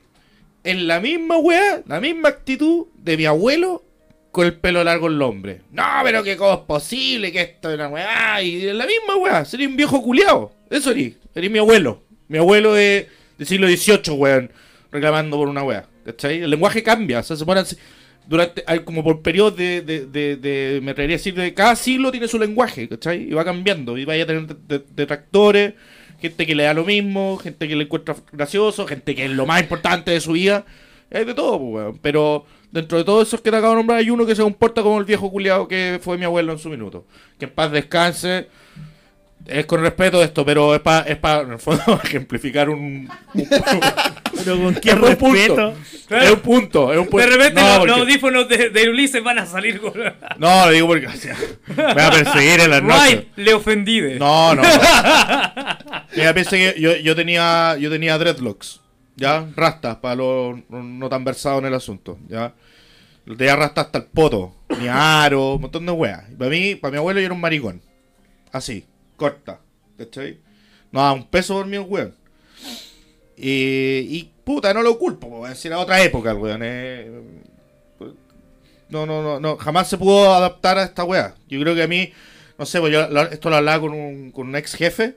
Es la misma weá, la misma actitud de mi abuelo con el pelo largo el hombre. No, pero que cómo es posible que esto es una weá. Y es la misma weá, sería un viejo culiao. Eso eres, eres mi abuelo. Mi abuelo de, del siglo XVIII, weón, reclamando por una weá. ¿Cachai? El lenguaje cambia, o sea, se ponen así- Durante, hay como por periodos de, de, de- de- me atrevería a decir, de cada siglo tiene su lenguaje, ¿cachai? Y va cambiando, y vaya a tener de- de- detractores, gente que le da lo mismo, gente que le encuentra gracioso, gente que es lo más importante de su vida. Hay de todo, pues, weón. Pero dentro de todos esos que te acabo de nombrar, hay uno que se comporta como el viejo culiado que fue mi abuelo en su minuto. Que en paz descanse. Es con respeto esto, pero es para, es pa, en el fondo, (laughs) ejemplificar un. un-
(laughs) Pero con
(laughs)
qué
es un punto.
respeto.
Claro.
Es un punto. Es un punto.
De repente
Pues, No,
los,
porque-
los audífonos de, de Ulises van a salir con.
no, lo digo porque o sea, me va a perseguir en las noches.
Right, le ofendí. de-
No, no. no. Mira, piensa que yo, yo tenía yo tenía dreadlocks, ¿ya? Rastas, para los no- no tan versados en el asunto, ¿ya? Yo Tenía rastas hasta el poto, mi aro, un montón de weas. Y para mí, para mi abuelo yo era un maricón. Así, corta, ¿cachai? No daba un peso por mí el weón. Y, y, puta, no lo culpo, po, si era otra época el weón. eh, no, no, no, no, jamás se pudo adaptar a esta weá. Yo creo que a mí No sé, pues yo lo- esto lo hablaba con un, con un ex jefe.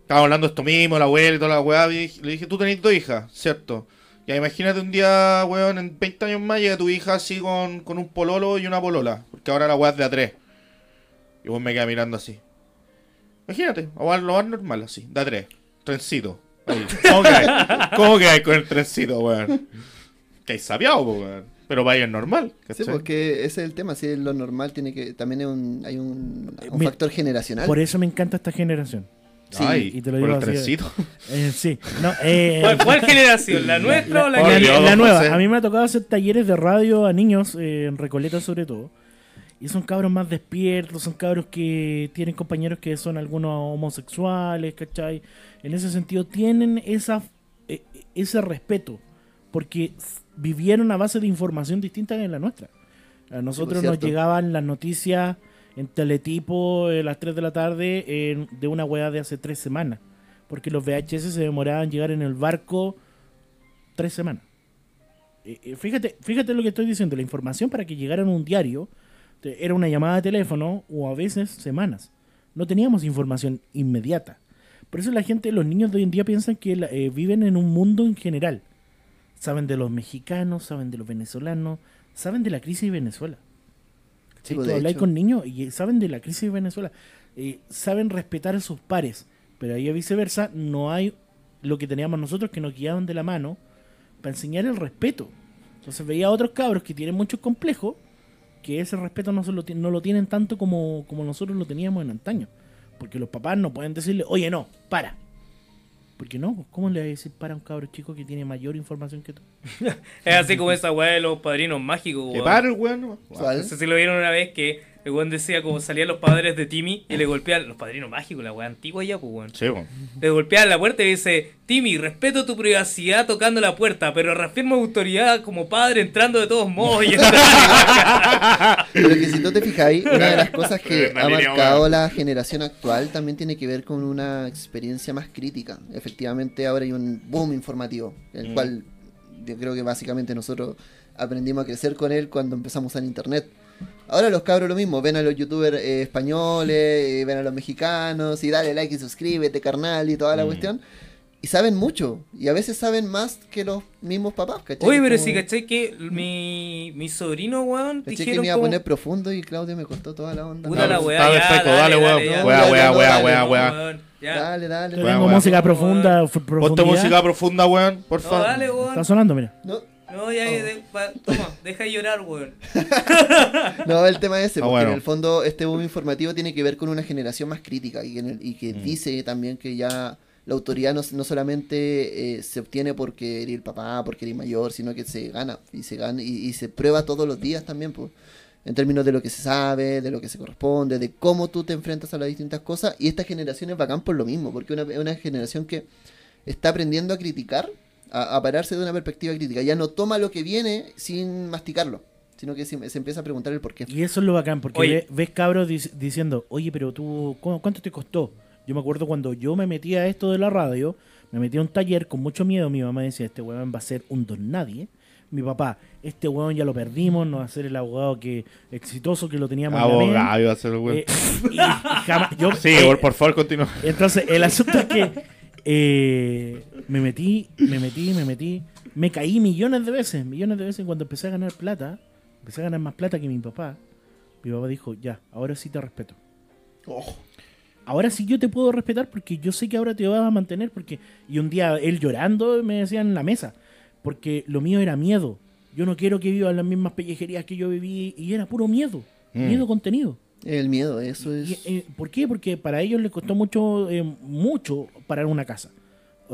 Estábamos hablando de esto mismo, la abuela y toda la weá. Y dije- le dije, tú tenés dos hijas, ¿cierto? Ya imagínate un día, weón, en 20 años más llega tu hija así con, con un pololo y una polola. Porque ahora la weá es de a tres. Y vos me quedas mirando así. Imagínate, o lo más normal así, da tres. Trencito. Ahí. ¿Cómo que hay? ¿Cómo que hay con el trencito, weón? Que hay sabiado, po, weón. Pero vaya es normal.
Sí,
¿cachai?
porque ese es el tema, si lo normal tiene que, también es un- hay un, un
Mira,
factor generacional.
Por eso me encanta esta generación.
sí,
Ay,
y te lo
por
digo
el
así de-
trencito.
Eh, sí, no, eh,
¿Cuál, cuál generación? ¿La nuestra o la
Por
la,
que
Dios,
la
don
nueva.
José.
A mí me ha tocado hacer talleres de radio a niños, eh, en Recoleta sobre todo. Y son cabros más despiertos, son cabros que tienen compañeros que son algunos homosexuales, ¿cachai? En ese sentido, tienen esa, eh, ese respeto, porque s- vivieron a base de información distinta de la nuestra. A nosotros nos
cierto.
llegaban las noticias en teletipo eh, a las 3 de la tarde en- de una weá de hace tres semanas, porque los VHS se demoraban en llegar en el barco tres semanas. Eh, eh, fíjate, fíjate lo que estoy diciendo. La información para que llegara en un diario te- era una llamada de teléfono o a veces semanas. No teníamos información inmediata. Por eso la gente, los niños de hoy en día piensan que la- eh, viven en un mundo en general. Saben de los mexicanos, saben de los venezolanos, saben de la crisis de Venezuela.
Sí,
Sí,
pues,
tú
de
habláis
hecho.
con niños y eh, saben de la crisis de Venezuela. Eh, saben respetar a sus pares. Pero ahí a viceversa no hay lo que teníamos nosotros que nos guiaban de la mano para enseñar el respeto. Entonces veía a otros cabros que tienen muchos complejos que ese respeto no, se lo, ti- no lo tienen tanto como, como nosotros lo teníamos en antaño. Porque los papás no pueden decirle, oye, no, para. Porque no, pues, ¿cómo le vas a decir para a un cabro chico que tiene mayor información que tú?
Es así como esa weá de los padrinos mágicos,
Que
weón.
paro, weón. nomás.
¿Cuál?
No sé si lo vieron una vez que el weón decía como salían los padres de Timmy y le golpean, los padrinos mágicos, la weá antigua ya, pues weón.
Sí, weón.
Le golpean la puerta y dice, Timmy, respeto tu privacidad tocando la puerta, pero reafirmo autoridad como padre entrando de todos modos. Y
Pero que si tú te fijáis, una de las cosas que
Eh,
ha
Valeria,
marcado
bueno.
la generación actual también tiene que ver con una experiencia más crítica. Efectivamente, ahora hay un boom informativo,
Mm.
el cual yo creo que básicamente nosotros aprendimos a crecer con él cuando empezamos en internet. Ahora los cabros lo mismo, ven a los youtubers eh, españoles, eh, ven a los mexicanos y dale like y suscríbete, carnal, y toda
Mm.
la cuestión. Y saben mucho, y a veces saben más que los mismos papás, ¿cachai?
Oye, pero
Como-
si caché que mi, mi sobrino, weón,
¿Cachai que
dijeron
me iba a
como-
poner profundo y Claudio me costó toda la onda.
Puta
No,
la
Está
weá, ya,
perfecto,
dale,
dale, weón.
dale, ya.
Weá, weá, weá,
Dale,
weá,
No,
weá.
weón, ya.
Dale, dale.
Yo
Bueno,
tengo
bueno.
música profunda, fu-
Ponte
profundidad.
música profunda, weón,
No,
porfa.
dale, weón.
Está sonando, mira.
No,
No, ya, ya, de- pa- toma, deja de llorar, weón.
no, el tema es ese,
Ah,
porque
bueno.
en el fondo este boom informativo tiene que ver con una generación más crítica y, que en el- y
Mm.
que dice también que ya la autoridad no, no solamente eh, se obtiene porque eres el papá, porque eres mayor, sino que se gana y se gana y, y se prueba todos los días también, pues, en términos de lo que se sabe, de lo que se corresponde, de cómo tú te enfrentas a las distintas cosas. Y esta generación es bacán por lo mismo, porque una- es una generación que está aprendiendo a criticar, a, a pararse de una perspectiva crítica. Ya no toma lo que viene sin masticarlo, sino que se, se empieza a preguntar el por qué.
Y eso es lo bacán, porque
Oye.
ve- ves cabros dic- diciendo, oye, pero tú, ¿cu- ¿cuánto te costó? Yo me acuerdo cuando yo me metí a esto de la radio, me metí a un taller con mucho miedo. Mi mamá decía, este weón va a ser un don nadie. Mi papá, este weón ya lo perdimos, no va a ser el abogado que exitoso que lo
Ah,
teníamos. en la mente".
Abogado iba a ser, weón.
Eh, y- y jamás- yo-
sí,
eh,
por, por favor, continúa.
Entonces, el asunto es que eh, me metí, me metí, me metí. Me caí millones de veces, millones de veces cuando empecé a ganar plata. Empecé a ganar más plata que mi papá. Mi papá dijo, ya, ahora sí te respeto. Ahora sí yo te puedo respetar porque yo sé que ahora te vas a mantener. porque Y un día él llorando me decía en la mesa, porque lo mío era miedo. Yo no quiero que vivan las mismas pellejerías que yo viví. Y era puro miedo,
Mm.
miedo contenido.
El miedo, eso es...
Y, eh, ¿Por qué? Porque para ellos les costó mucho, eh, mucho parar una casa.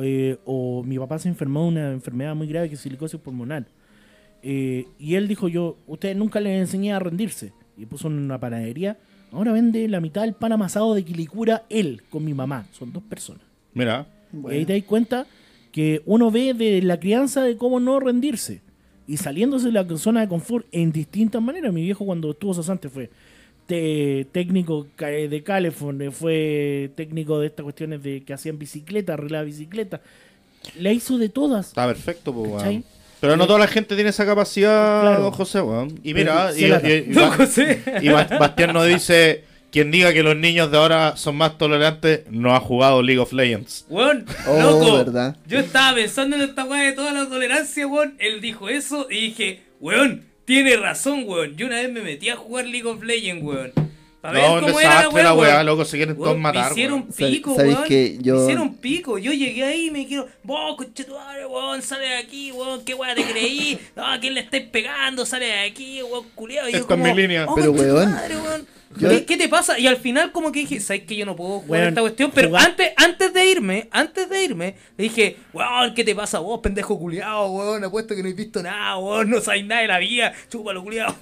Eh, o mi papá se enfermó de una enfermedad muy grave que es silicosis pulmonar. Eh, y él dijo yo, ustedes nunca les enseñé a rendirse. Y puso en una panadería. Ahora vende la mitad del pan amasado de Quilicura él con mi mamá. Son dos personas.
Mira.
Y ahí te das cuenta que uno ve de la crianza de cómo no rendirse y saliéndose de la zona de confort en distintas maneras. Mi viejo cuando estuvo cesante fue te- técnico ca- eh, de California, fue técnico de estas cuestiones de que hacían bicicleta, arreglaba bicicleta. La hizo de todas.
Está perfecto, pues,
¿Cachai?
weón. Pero no toda la gente tiene esa capacidad,
Claro.
don José, weón. Y
Pero
mira,
se
(laughs)
y,
la da.
y- y
Don
Ba-
José.
y Ba- Bastián nos dice Quien diga que los niños de ahora son más tolerantes no ha jugado League of Legends.
Weón,
Oh,
loco.
¿verdad?
Yo estaba pensando en esta weá de toda la tolerancia, weón. Él dijo eso y dije, weón, tiene razón, weón. Yo una vez me metí a jugar League of Legends, weón. Para
No,
ver
un
cómo era la
desastre
weá,
la weá,
weón.
loco, se quieren
Weón,
todos matar.
me hicieron
Sab-
pico,
¿sabéis
weón.
que yo-
Me hicieron pico. Yo llegué ahí y me dijeron, vos, conchetuare, weón, sale de aquí, weón, qué weá te creí. No, ¿a quién le estáis pegando? Sale de aquí, weón, culiao. Y yo
Esta es
como,
mi línea.
"Oh,
Pero, weón,
conchetumare, weón,
yo-
¿Qué, qué te pasa? Y al final como que dije, ¿sabes que yo no puedo jugar
Weón,
esta cuestión? Pero
jugar-
antes, antes de irme, antes de irme, le dije, weón, ¿qué te pasa vos, pendejo culiao, weón? Apuesto que no he visto nada, weón, no sabes nada de la vida, chúpalo culiao.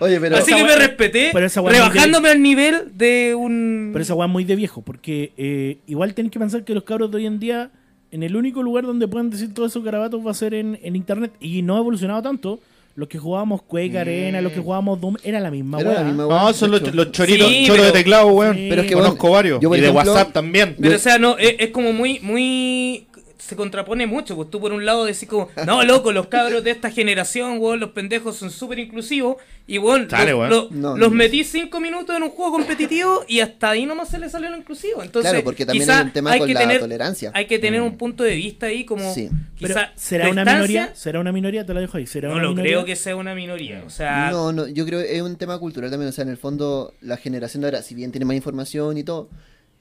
Oye, pero.
Así
esa
que me
weá-
respeté,
pero esa weá es muy
rebajándome al nivel de un...
Pero esa weá es muy de viejo, porque eh, igual tenés que pensar que los cabros de hoy en día, en el único lugar donde pueden decir todos esos garabatos va a ser en, en internet, y no ha evolucionado tanto. Los que jugábamos Quake Arena, los que jugábamos Doom, era la misma
Mm. Era la
weá.
misma
No, son los,
Mucho.
los choritos,
Sí,
choros
pero-
de teclado, weón.
Sí.
Pero es que,
Conozco
weón,
varios.
yo, por
y de
ejemplo,
WhatsApp también.
Pero, o sea, no, es, es como muy, muy. Se contrapone mucho, pues tú por un lado decís como, no, loco, los cabros de esta generación, weón, los pendejos son súper inclusivos y, weón,
Dale,
los,
weón.
los-
No,
los
no.
metí cinco minutos en un juego competitivo y hasta ahí nomás se les salió lo inclusivo. Entonces,
Claro, porque también
quizá
hay un tema con la tolerancia.
Hay que tener un punto de vista ahí como,
Sí.
Pero
quizá,
será una
distancia,
minoría, será una minoría, te la dejo ahí. ¿Será
No
una
lo
minoría?
creo que sea una minoría, o sea,
No, no, yo creo que es un tema cultural también. O sea, en el fondo, la generación de ahora, si bien tiene más información y todo,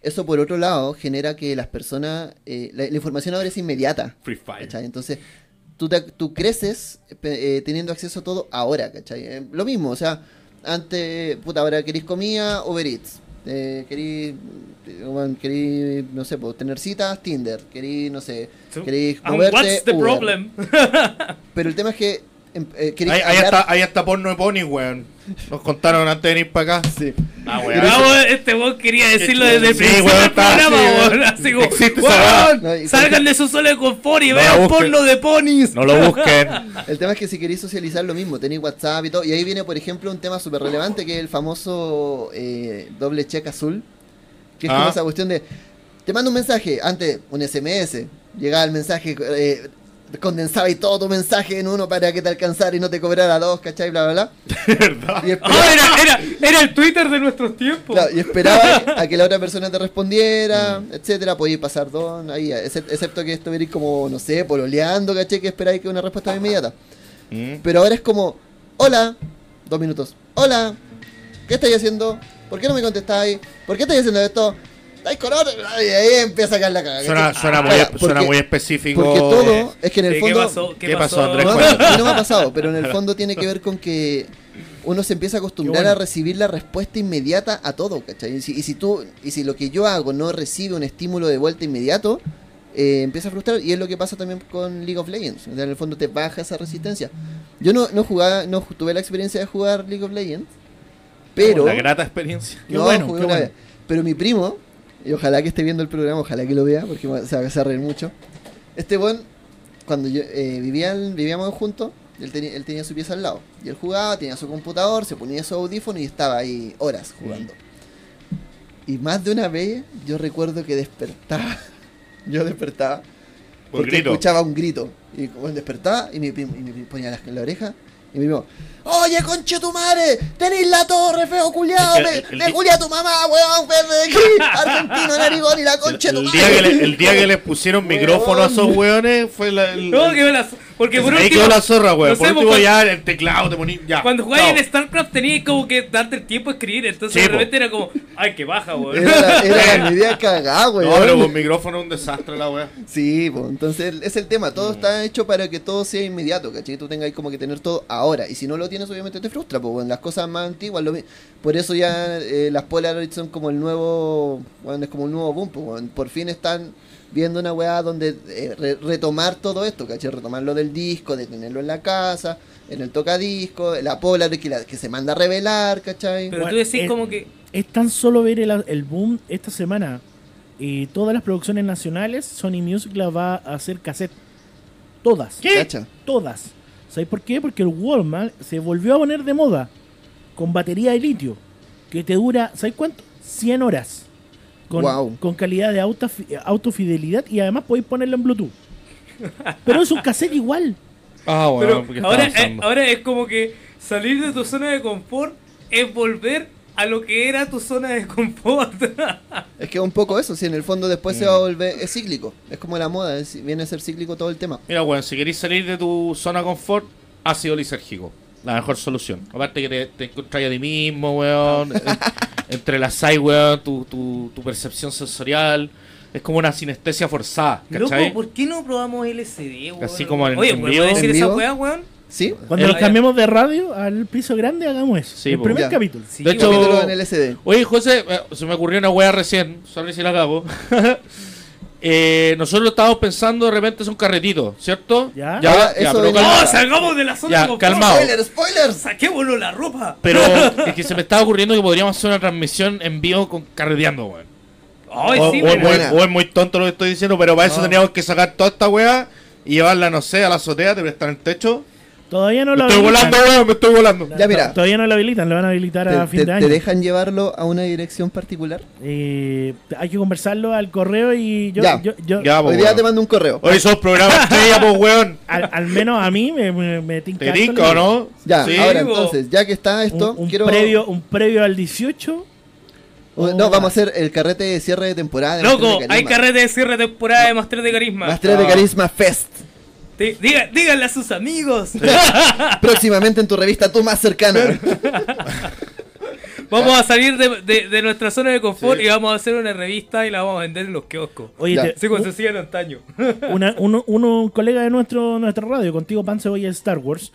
eso por otro lado genera que las personas. eh, la, la información ahora es inmediata.
Free Fire.
¿cachai? Entonces, tú, te- tú creces pe- eh, teniendo acceso a todo ahora, ¿cachai? Eh, lo mismo, o sea, antes, puta, ahora querís comida, Uber Eats. Eh, querís, eh, bueno, querís, no sé, pues, tener citas, Tinder. Querís, no sé,
So,
querís
and
moverte,
what's the
Uber.
problem?
Pero el tema es que... em, eh, querís
Ahí, ahí
hablar-
está, ahí está porno de pony, weón. Nos contaron antes de venir para acá.
Sí.
Ah,
Ah, weón, este weón quería decirlo desde el
Sí,
principio
weón,
del
está,
programa,
sí, weón.
weón. Así como,
Existe esa
weón,
weá. No,
(laughs)
y-
salgan de su zona de confort y
No la
vean
busquen.
porno de ponis.
No lo (laughs) busquen.
El tema es que si queréis socializar lo mismo, tenéis WhatsApp y todo. Y ahí viene, por ejemplo, un tema súper relevante que es el famoso eh, doble check azul. Que es como
Ah.
esa cuestión de. Te mando un mensaje, antes un SMS. Llegaba el mensaje, eh, condensaba y todo tu mensaje en uno para que te alcanzara y no te cobrara dos, ¿cachai? Bla, bla, bla.
¿Verdad?
(laughs)
Y
Ah,
esperaba,
era, era, era el Twitter de nuestros tiempos.
claro, y esperaba a que la otra persona te respondiera, etcétera. Podéis pasar dos, ahí, excep- excepto que estuvierais como, no sé, pololeando, ¿cachai? Que esperáis que una respuesta inmediata.
Mm.
Pero ahora es como, hola, dos minutos, hola, ¿qué estáis haciendo? ¿Por qué no me contestáis? ¿Por qué estáis haciendo esto? ¿Estáis con otro? Y ahí empieza a caer la cagada.
Suena, suena, muy,
Ahora,
suena
Ah, porque-
muy específico.
Porque todo, es que en
Eh,
el
¿Qué
fondo...
pasó? ¿Qué,
¿Qué pasó,
pasó?
Andrés?
No,
Bueno.
no, no me ha pasado, pero en el fondo tiene que ver con que uno se empieza a acostumbrar
Qué bueno.
a recibir la respuesta inmediata a todo, ¿cachai? Y si, y si tú, y si lo que yo hago no recibe un estímulo de vuelta inmediato, eh, empieza a frustrar. Y es lo que pasa también con League of Legends. O sea, en el fondo te baja esa resistencia. Yo no, no jugaba, no ju- tuve la experiencia de jugar League of Legends, pero.
Una grata experiencia.
Qué
no,
bueno,
jugué
qué
una
bueno.
vez. Pero mi primo, y ojalá que esté viendo el programa, ojalá que lo vea, porque se va a hacer reír mucho. Este buen, cuando yo, eh, vivían, vivíamos juntos, él, teni- él tenía su pieza al lado. Y él jugaba, tenía su computador, se ponía su audífono y estaba ahí horas jugando. Y más de una vez yo recuerdo que despertaba. (laughs) Yo despertaba.
Un
Porque
grito.
escuchaba un grito. Y bueno, despertaba y mi primo, y mi primo ponía la, la oreja. Y mi primo, ¡Oye, conche tu madre! ¡Tenéis la torre, feo culiao!
El-
¡Me,
el- el
me
di-
culea tu mamá, weón! ¡Ven de
(laughs)
aquí! ¡Argentino, narigón y la concha de tu
El
madre!
día, que le- el día que les pusieron micrófono a esos weones fue la. el-
No, que la- porque por
ahí
último,
quedó la zorra, weón.
no sé,
por último,
cuando,
ya el teclado te poní. Ya.
cuando jugabas
chao.
en StarCraft tenías como que darte el tiempo a escribir, entonces
Sí,
de repente
po.
era como, ay, que baja, weón.
(laughs) Era la,
(laughs)
era la media cagada, weón.
No, pero con micrófono es un desastre la weá.
Sí, pues entonces es el tema. Todo está hecho para que todo sea inmediato, ¿cachai? Tú tengas como que tener todo ahora. Y si no lo tienes, obviamente te frustra, pues bueno, las cosas más antiguas. Lo mi- Por eso ya eh, las Polaroid son como el nuevo. Bueno, es como un nuevo boom, pues bueno. Por fin están viendo una weá donde eh, re- retomar todo esto, ¿cachai? Retomar lo del disco, de tenerlo en la casa, en el tocadisco, la Polaroid que, la- que se manda a revelar, ¿cachai?
Pero tú
Bueno,
decís
eh,
como que,
Es tan solo ver el, el boom esta semana. Eh, todas las producciones nacionales, Sony Music las va a hacer cassette. Todas.
¿Cacha?
Todas. ¿Sabéis por qué? Porque el Walmart se volvió a poner de moda con batería de litio. Que te dura, ¿sabéis cuánto? 100 horas. Con,
Guau.
con calidad de auto, autofidelidad y además podéis ponerlo en Bluetooth. Pero es un cassette igual.
Ah,
pero ahora, eh, ahora es como que salir de tu zona de confort es volver a lo que era tu zona de confort. (laughs)
Es que un poco eso, si en el fondo después se va a volver, es cíclico, es como la moda, es- viene a ser cíclico todo el tema.
Mira, weón, si queréis salir de tu zona confort, ácido lisérgico. La mejor solución. Aparte que te, te encontráis a ti mismo, weón. en- entre las hay, weón, tu, tu, tu percepción sensorial. Es como una sinestesia forzada,
Loco,
¿cachai?
¿por qué no probamos LSD, weón?
Así como en-
Oye,
en
¿podemos
vivo.
decir
¿En
esa
vivo?
weá, weón?
¿Sí?
Cuando
El-
nos cambiamos de radio al piso grande, hagamos eso.
Sí,
el
po.
primer
Ya.
capítulo.
Sí,
De
weón.
hecho-
Capítulo en LSD.
Oye, José, eh, se me ocurrió una weá recién, sorry si la cago. (laughs) Eh, nosotros estábamos pensando de repente es un carretito, ¿cierto?
Ya.
Ah,
ya, ya,
eso
pero
venía.
¡No,
calma.
salgamos de la zona
Ya,
de confort!
calmado.
¡Spoilers, spoilers!
¡Saquémonos la ropa!
Pero es que se me estaba ocurriendo que podríamos hacer una transmisión en vivo con carreteando, weón.
¡Ay,
o,
sí,
o-
weón!
o-
buena.
o es muy tonto lo que estoy diciendo, pero para eso teníamos que sacar toda esta weá y llevarla, no sé, a la azotea, te prestan el techo.
Todavía no
Me
lo
estoy volando, weón, me estoy volando.
Ya mira,
Todavía no lo habilitan, lo van a habilitar a
¿te,
fin
te-
de
te
año.
dejan llevarlo a una dirección particular?
Eh, hay que conversarlo al correo y yo,
Ya.
yo- yo-
Ya, pues,
Hoy día
weón.
te mando un correo.
Hoy sos
(laughs)
programa estrella, pues, weón.
al, al menos a mí me, me, me tinca
Te
harto
tinca, ¿o
la idea.
¿no?
Ya,
Sí.
ahora
bo.
entonces, ya que está
Un,
esto,
un
quiero...
previo, un previo al 18.
Uh, No, vamos a hacer el carrete de cierre de temporada. de
Loco,
Máster de
hay
Carisma.
carrete de cierre de temporada de Master de Carisma.
Máster de
(laughs)
Carisma Fest.
Te- diga- díganle a sus amigos.
Próximamente en tu revista tú más cercana.
vamos a salir de, de- de nuestra zona de confort y vamos a hacer una revista y la vamos a vender en los kioscos.
Oye,
Ya.
te-
Así como se hacía en antaño.
una- uno, uno- un colega de nuestro, nuestra radio, contigo Pan Cebolla de Star Wars,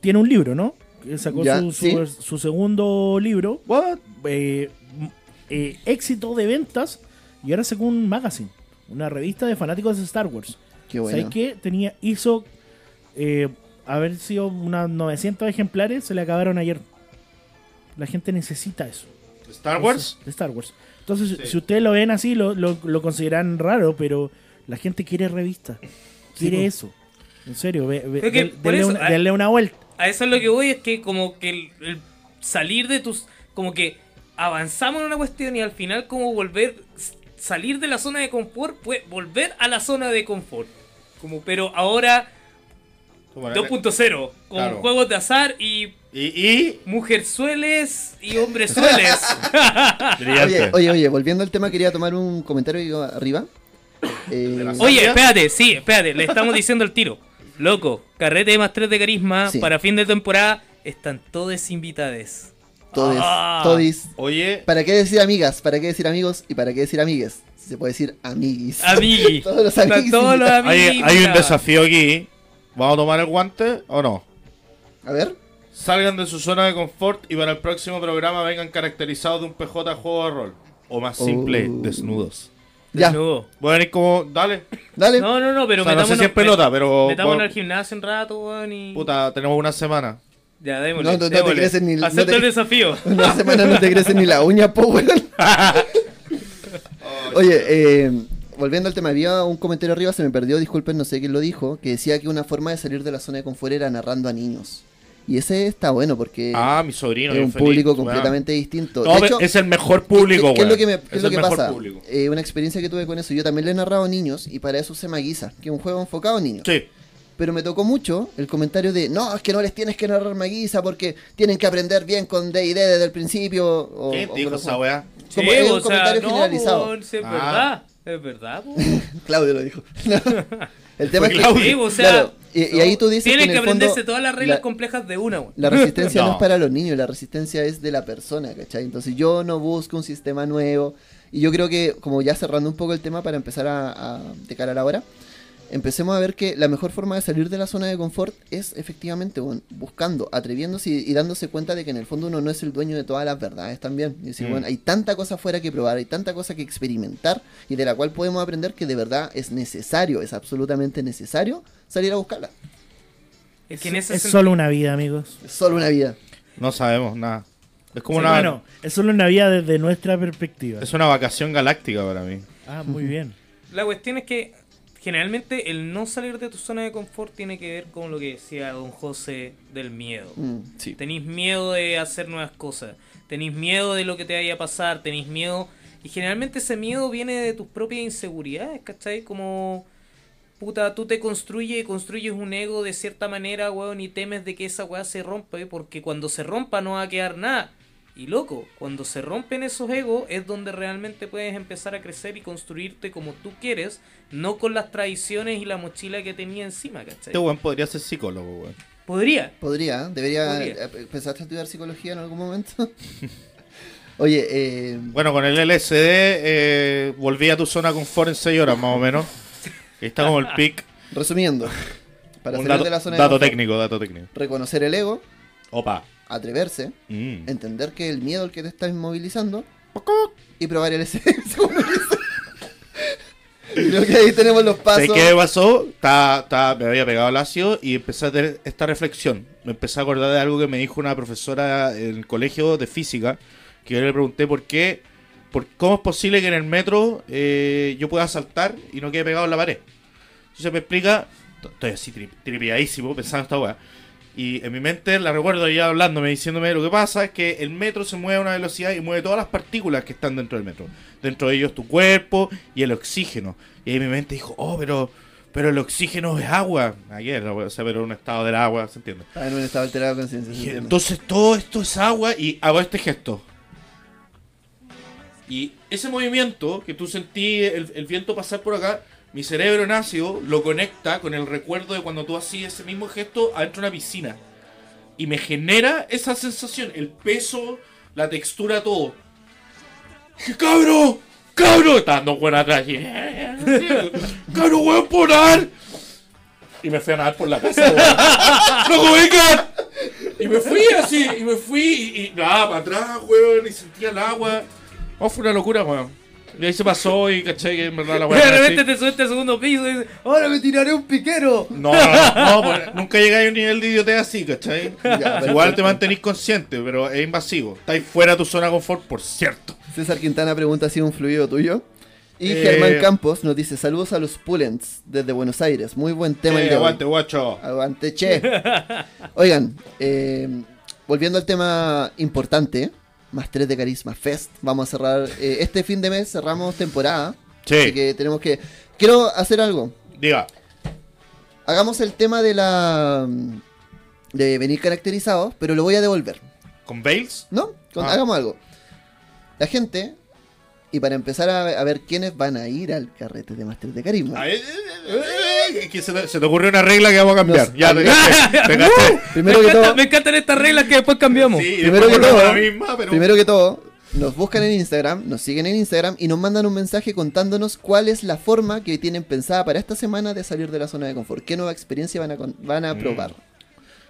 tiene un libro, ¿no? Que Sacó
Ya,
su, su-
sí.
su segundo libro. eh, m- eh, éxito de ventas. Y ahora sacó un magazine, una revista de fanáticos de Star Wars.
(laughs) Qué
¿Sabes
bueno.
qué? Tenía, hizo eh, haber sido unas 900 ejemplares, se le acabaron ayer. La gente necesita eso.
¿Star Wars?
Entonces, de Star Wars. Entonces, si ustedes lo ven así, lo, lo, lo consideran raro, pero la gente quiere revistas. Quiere
po.
eso. En serio, ve- ve-
Es que
del-
por
denle,
eso,
una,
ah.
denle una vuelta.
A eso es lo que voy, es que como que el, el salir de tus... Como que avanzamos en una cuestión y al final como volver... s- Salir de la zona de confort, pues volver a la zona de confort. Como, pero ahora 2.0, con
Claro.
juegos de azar y
Y, y...
mujerzueles y hombrezueles.
Oye,
Brillante.
oye, oye, volviendo al tema, quería tomar un comentario que iba arriba. Eh,
la zona.
Oye, espérate, sí, espérate, le estamos diciendo el tiro. Loco, carrete de más 3 de carisma,
Sí.
para fin de temporada, están todos invitados.
todes,
Ah.
todis.
Oye,
¿Para qué decir amigas? ¿Para qué decir amigos? ¿Y para qué decir amigues? Se puede decir amiguis.
Amigui.
(laughs) Todos los
Están
amiguis
todos los
hay,
amigui,
hay un
mira.
desafío aquí. ¿Vamos a tomar el guante o no?
A ver.
Salgan de su zona de confort y para el próximo programa vengan caracterizados de un PJ juego de rol. O más simple,
Oh.
desnudos.
Ya,
Desnudo.
Voy a venir como, dale.
dale.
No, no, no, pero
O sea, no sé
metámonos,
si es pelota, pero.
metámonos
bueno,
al gimnasio un rato, weón, y...
puta, tenemos una semana.
Ya, démosle,
No, no, no te
démosle.
crecen ni- no
Acepto
te-
el desafío.
Una semana no te crece ni la uña, po, weón. Oye, eh, volviendo al tema, había un comentario arriba, se me perdió, disculpen, no sé quién lo dijo, que decía que una forma de salir de la zona de confort era narrando a niños. Y ese está bueno porque
Ah, mi sobrino.
es
yo
un
feliz,
público
weón.
completamente distinto.
No,
de
pero
hecho,
es el mejor público,
¿Qué, qué es lo
weón.
que, me- qué es lo
el
que
mejor
pasa?
público.
Eh, una experiencia que tuve con eso. Yo también le he narrado a niños y para eso se maguiza, que es un juego enfocado a niños.
Sí.
Pero me tocó mucho el comentario de, no, es que no les tienes que narrar maguiza porque tienen que aprender bien con D&D desde el principio. O,
¿Quién
o
dijo
cosas-
esa weá?
(laughs) Como
Sí,
es
o sea,
un comentario
no,
generalizado.
weón, sí, es
Ah.
verdad, es verdad, weón.
(laughs) Claudio lo dijo. el tema es que...
Claudio.
Sí, o sea,
claro, y, y ahí tú dices
Tienen
en
que
el fondo
aprenderse todas las reglas
la-
complejas de una, weón.
La resistencia no.
No.
es para los niños, la resistencia es de la persona, ¿cachai? Entonces yo no busco un sistema nuevo. Y yo creo que, como ya cerrando un poco el tema para empezar a, a- de cara a la hora, empecemos a ver que la mejor forma de salir de la zona de confort es efectivamente bueno, buscando, atreviéndose y, y dándose cuenta de que en el fondo uno no es el dueño de todas las verdades también. Y decir,
Mm.
bueno, hay tanta cosa afuera que probar, hay tanta cosa que experimentar y de la cual podemos aprender que de verdad es necesario, es absolutamente necesario salir a buscarla.
Es que en ese
es
sentido-
solo una vida, amigos.
Es solo una vida.
No sabemos nada. Es como
Sí,
una.
bueno, es solo una vida desde nuestra perspectiva.
Es una vacación galáctica para mí. Este
Ah,
(laughs)
muy bien.
La cuestión es que generalmente el no salir de tu zona de confort tiene que ver con lo que decía don José del miedo.
Mm, sí.
Tenéis miedo de hacer nuevas cosas, tenéis miedo de lo que te vaya a pasar, tenéis miedo... Y generalmente ese miedo viene de tus propias inseguridades, ¿cachai? Como... Puta, tú te construyes y construyes un ego de cierta manera, weón, y temes de que esa weá se rompa, ¿eh? porque cuando se rompa no va a quedar nada. Y loco, cuando se rompen esos egos es donde realmente puedes empezar a crecer y construirte como tú quieres, no con las tradiciones y la mochila que tenía encima, ¿cachai?
Este weón podría ser psicólogo, weón.
Podría.
Podría, debería.
Podría.
eh, ¿Pensaste estudiar psicología en algún momento? (laughs) Oye, eh,
Bueno, con el LSD eh, volví a tu zona de confort en 6 horas más o
(laughs)
menos. Ahí está como el pic.
resumiendo, para
Un
salir
dato,
de la zona
dato
de confort,
técnico, dato técnico.
reconocer el ego,
Opa.
atreverse,
Mm.
entender que el miedo al que te estás inmovilizando y probar el (laughs) SS. (laughs) Creo que ahí tenemos los
¿Sabes
pasos.
qué me pasó? Ta- ta- me había pegado el ácido y empecé a tener esta reflexión. Me empecé a acordar de algo que me dijo una profesora en el colegio de física, que yo le pregunté por qué, por cómo es posible que en el metro eh, yo pueda saltar y no quede pegado en la pared. Entonces me explica, t- estoy así tri- tripiadísimo pensando esta weá. Y en mi mente la recuerdo ya hablándome, diciéndome lo que pasa es que el metro se mueve a una velocidad y mueve todas las partículas que están dentro del metro. Dentro de ellos tu cuerpo y el oxígeno. Y ahí mi mente dijo, oh, pero, pero el oxígeno es agua. Ayer, o sea, pero un estado del agua, ¿se entiende?
Ah, en un estado alterado de
Y
conciencia. se
dije,
entiende.
entonces todo esto es agua y hago este gesto. Y ese movimiento que tú sentí, el, el viento pasar por acá, mi cerebro en ácido lo conecta con el recuerdo de cuando tú hacías ese mismo gesto adentro de una piscina. Y me genera esa sensación, el peso, la textura, todo. Dije, cabro, cabro, estaba dando buena atrás. dije, "Eh, eh, eh, (laughs) Cabro, weón, por nadar. Y me fui a nadar por la casa,
(laughs)
weón. ¡Loco, venga! Y me fui así, y me fui, y, y nada, para atrás, weón, y sentía el agua. Oh, fue una locura, weón. Y ahí se pasó y caché que en verdad la weón.
(laughs) de repente te subiste al segundo piso y dices, ahora me tiraré un piquero.
No, no, no, no, pues, nunca llegáis a un nivel de idiotez así, (laughs) ¿cachai?
perfecto.
Igual te mantenís consciente, pero es invasivo. Estáis fuera de tu zona de confort, por cierto.
César Quintana pregunta si es un fluido tuyo. Y
Eh,
Germán Campos nos dice saludos a los Pulens desde Buenos Aires. Muy buen tema. el
Eh,
de hoy.
aguante, guacho.
Aguante, che. Oigan, eh, volviendo al tema importante, más 3 de Carisma Fest, vamos a cerrar. eh, este fin de mes cerramos temporada.
Sí.
Así que tenemos que. Quiero hacer algo.
Diga.
Hagamos el tema de la. de venir caracterizados, pero lo voy a devolver.
¿Con Bales?
¿No? Con-
Ah.
Hagamos algo. La gente. Y para empezar a, a ver quiénes van a ir al carrete de Máster de Carisma.
Ah, eh, eh, eh, eh, que se, te, se te ocurrió una regla que vamos a cambiar.
Nos-
ya, te caché, te caché.
Primero
me,
que
encanta-
todo.
me encantan estas reglas que después cambiamos.
Sí,
Primero
después
que
volvemos a
todo, ¿eh?
la misma, pero-
Primero que todo, nos buscan en Instagram, nos siguen en Instagram y nos mandan un mensaje contándonos cuál es la forma que tienen pensada para esta semana de salir de la zona de confort. ¿Qué nueva experiencia van a, con- van
Mm.
a probar?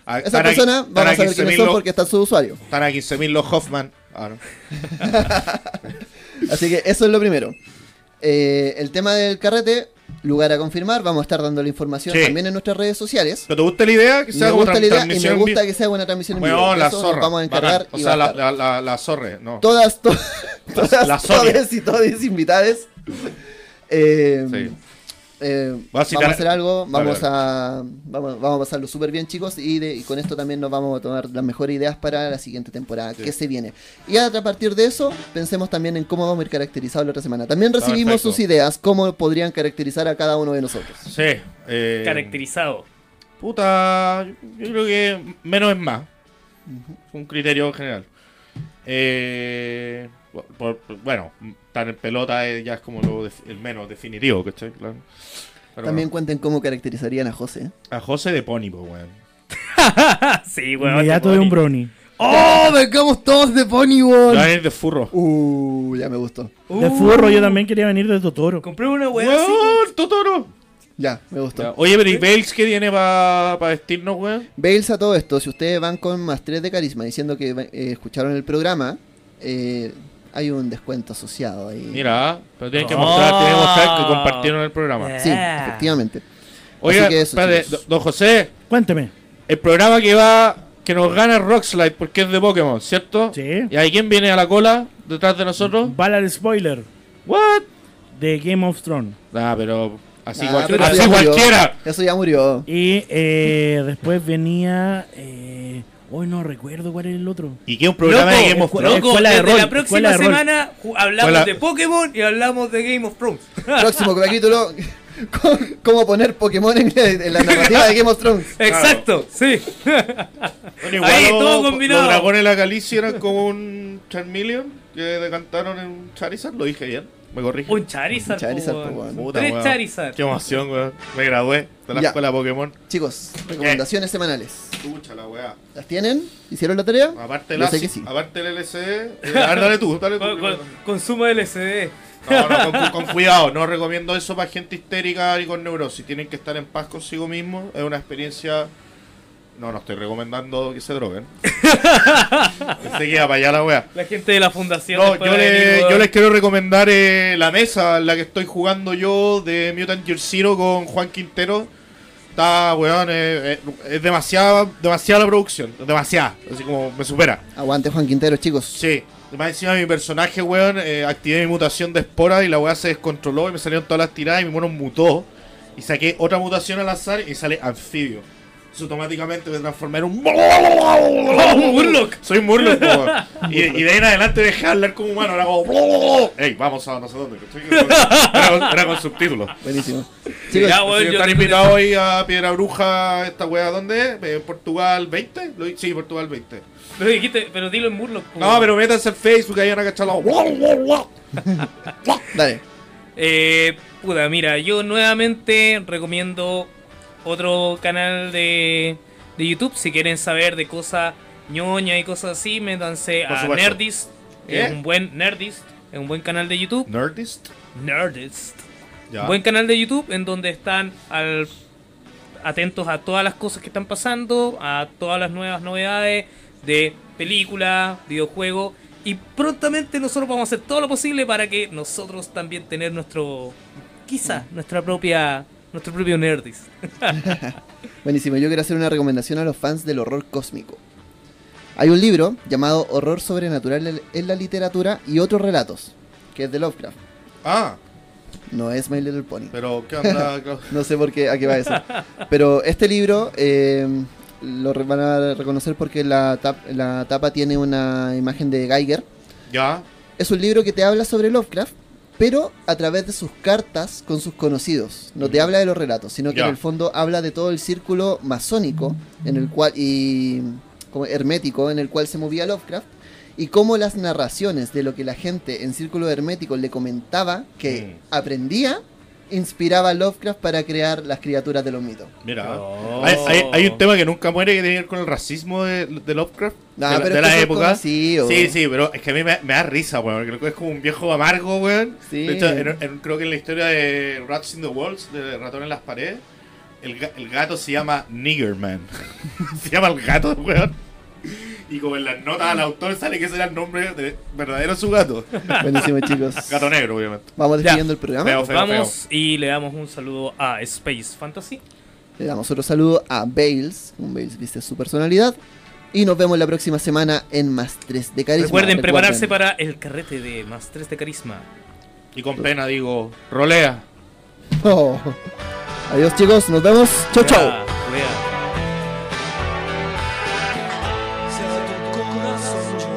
Ah,
Esa
están aquí-
persona,
están
vamos a
aquí
saber quiénes
15.000
son
lo-
porque está su usuario.
Están a 15.000 los Hoffman. Ah, no.
Así que eso es lo primero. Eh, el tema del carrete, lugar a confirmar, vamos a estar dando la información
Sí.
también en nuestras redes sociales.
¿Pero te gusta la idea? Que sea
Me
como
gusta la idea y me
transmisión en
gusta
vivo?
que sea una transmisión en vivo.
Weón, la
Eso nos
zorra.
vamos a encargar
bacán. O
y
sea,
va a
la,
estar.
la, la, la zorre, no.
todas, to- (laughs) todas,
la Sonia.
todas y todas invitadas. Eh,
Sí.
eh,
Voy a
vamos
citar-
a hacer algo,
Dale,
vamos
dale.
a, vamos, vamos a pasarlo súper bien chicos y, de- y con esto también nos vamos a tomar las mejores ideas para la siguiente temporada
Sí.
que se viene. Y a partir de eso, pensemos también en cómo vamos a ir caracterizados la otra semana. También recibimos
Ah, perfecto.
sus ideas, cómo podrían caracterizar a cada uno de nosotros.
Sí. Eh,
Caracterizado.
Puta, yo creo que menos es más. Un criterio general. Eh, bu- por- por- bueno, estar en pelota eh, ya es como lo def- el menos definitivo, ¿cachai? Claro. Pero
también
bueno.
cuenten cómo caracterizarían a José. ¿eh?
A José de Pónipo, weón.
Ah, sí, weón.
Inmediato de un brownie.
¡Oh! Vengamos todos de
Yo
Ponywood.
a ir de furro.
Uh, ya me gustó.
De furro yo también quería venir de Totoro.
Compré una weá así.
¡Weón, Totoro!
Ya, me gustó.
Ya, Oye, pero ¿y Bales qué tiene para vestirnos, weón?
Bales a todo esto, si ustedes van con más 3 de carisma diciendo que eh, escucharon el programa, eh, hay un descuento asociado ahí.
Mira, pero tienen que
No.
mostrar, tienen que mostrar que compartieron el programa.
Sí,
Ah.
efectivamente.
Oiga,
Así que eso,
espérate,
chicos.
do- don José,
Cuénteme.
el programa que va, que nos gana Rockslide porque es de Pokémon, ¿cierto?
Sí.
¿Y ahí quién viene a la cola detrás de nosotros?
Valar spoiler
¿What?
de Game of Thrones.
Nah, Mm. pero así,
Ah,
cual-
pero
así
eso ya murió.
cualquiera.
Eso ya murió.
Y eh, después venía. eh, hoy no recuerdo cuál era el otro.
¿Y qué un programa de Game of
escu-
Thrones?
Loco, eh,
Escuela de
desde
rol,
la
escuela
próxima
de rol.
semana ju- hablamos
Escuela-
de Pokémon y hablamos de Game of Thrones.
Próximo capítulo: (laughs) ¿cómo- ¿Cómo poner Pokémon en, en la narrativa de Game of Thrones?
Exacto, sí.
Bueno, igual
Ahí,
los-
todo combinado.
Los dragones de la Galicia eran como un Charmeleon que decantaron en Charizard, lo dije bien, me corrige.
Un Charizard, po,
Charizard, po,
weón.
weón.
tres
weón.
Charizard.
Qué emoción, weón. Me gradué de la
Ya.
escuela Pokémon.
Chicos,
Eh.
recomendaciones semanales.
Chucha la weá.
¿Las tienen? ¿Hicieron la tarea?
Aparte el
Yo sé
ASIC,
que sí.
aparte el LCD. (laughs) eh, a ver, dale tú, dale tú.
Con-
primero.
con- Consumo LCD.
No, no, con, con cuidado, no recomiendo eso para gente histérica y con neurosis. Tienen que estar en paz consigo mismos. Es una experiencia. No, no estoy recomendando que
(laughs)
se droguen. Se queda para allá la wea.
La gente de la fundación.
No,
después va
yo,
a venir,
le-
weón.
yo les quiero recomendar eh, la mesa en la que estoy jugando yo de Mutant Year Zero con Juan Quintero. Está, weón, eh, eh, es demasiada, demasiada la producción. Demasiada. Así como me supera.
Aguante Juan Quintero, chicos.
Sí. Más encima mi personaje, weón, eh, activé mi mutación de espora y la weá se descontroló y me salieron todas las tiradas y mi mono mutó. Y saqué otra mutación al azar y sale anfibio. Eso automáticamente me transformé en un...
(laughs) Murloc.
Soy Murloc,
(laughs)
po, weón. y, y de ahí en adelante dejé de hablar como humano. Era como... (laughs) Ey, vamos a no sé dónde. ¿cachai? Era con, era con
(laughs)
subtítulos. (laughs)
Buenísimo. Chicos,
Mirá, Ah, weón,
Así que
yo
están
tengo-
invitados hoy a Piedra Bruja, esta weá, ¿dónde? Eh, ¿Portugal 20? Lo di- Sí, Portugal 20.
Pero dijiste, pero dilo en Murloc. po,
No,
weón.
pero métanse en Facebook, ahí van a cachar la...
dale.
Eh, puta, mira, yo nuevamente recomiendo otro canal de, de YouTube. Si quieren saber de cosas ñoña y cosas así, métanse
Por
a
supuesto. ¿Eh?
Nerdist.
¿Qué?
Es un buen Nerdist. Es un buen canal de YouTube.
Nerdist.
Nerdist.
Ya.
Buen canal de YouTube en donde están al- atentos a todas las cosas que están pasando, a todas las nuevas novedades de películas, videojuegos. Y prontamente nosotros vamos a hacer todo lo posible para que nosotros también tener nuestro, quizá, nuestra propia, nuestro propio Nerdist.
Buenísimo, yo quiero hacer una recomendación a los fans del horror cósmico. Hay un libro llamado Horror Sobrenatural en- en la literatura y otros relatos, que es de Lovecraft.
Ah,
No es My Little Pony.
pero ¿qué onda, (laughs) Klaus?
No sé por qué, a qué va eso. Pero este libro eh, lo re- van a reconocer porque la, tap- la tapa tiene una imagen de Geiger.
Ya,
Es un libro que te habla sobre Lovecraft, pero a través de sus cartas con sus conocidos. No te habla de los relatos, sino que
Ya.
en el fondo habla de todo el círculo masónico en el cual y como hermético en el cual se movía Lovecraft y cómo las narraciones de lo que la gente en círculo hermético le comentaba que
Mm.
aprendía inspiraba a Lovecraft para crear las criaturas de los mitos.
mira.
Oh.
Hay, hay- hay un tema que nunca muere que tiene que ver con el racismo de, de Lovecraft.
Nah,
de, la-
pero
de
es que
la
eso es
época.
conocido.
Sí, sí, pero es que a mí me, me da risa, weón. Creo que es como un viejo amargo, weón.
Sí.
De hecho, en- en- creo que en la historia de Rats in the Walls, de Ratón en las Paredes, el, ga- el gato se llama Nigger Man. (laughs) se llama el gato, weón. Y como en las notas al autor sale que ese era el nombre de- verdadero de su gato.
Buenísimo
(laughs)
chicos.
Gato negro, obviamente.
Vamos
Ya.
despidiendo el programa.
Feo, feo, feo.
Vamos y le damos un saludo a Space Fantasy.
Le damos otro saludo a Bales. Un Bales viste su personalidad. Y nos vemos la próxima semana en Más 3 de Carisma.
Recuerden prepararse para el carrete de más 3 de carisma.
Y con pena digo, rolea.
Oh. Adiós, chicos. Nos vemos. Chau, chau.
Wea, wea.
Se tu corazón yo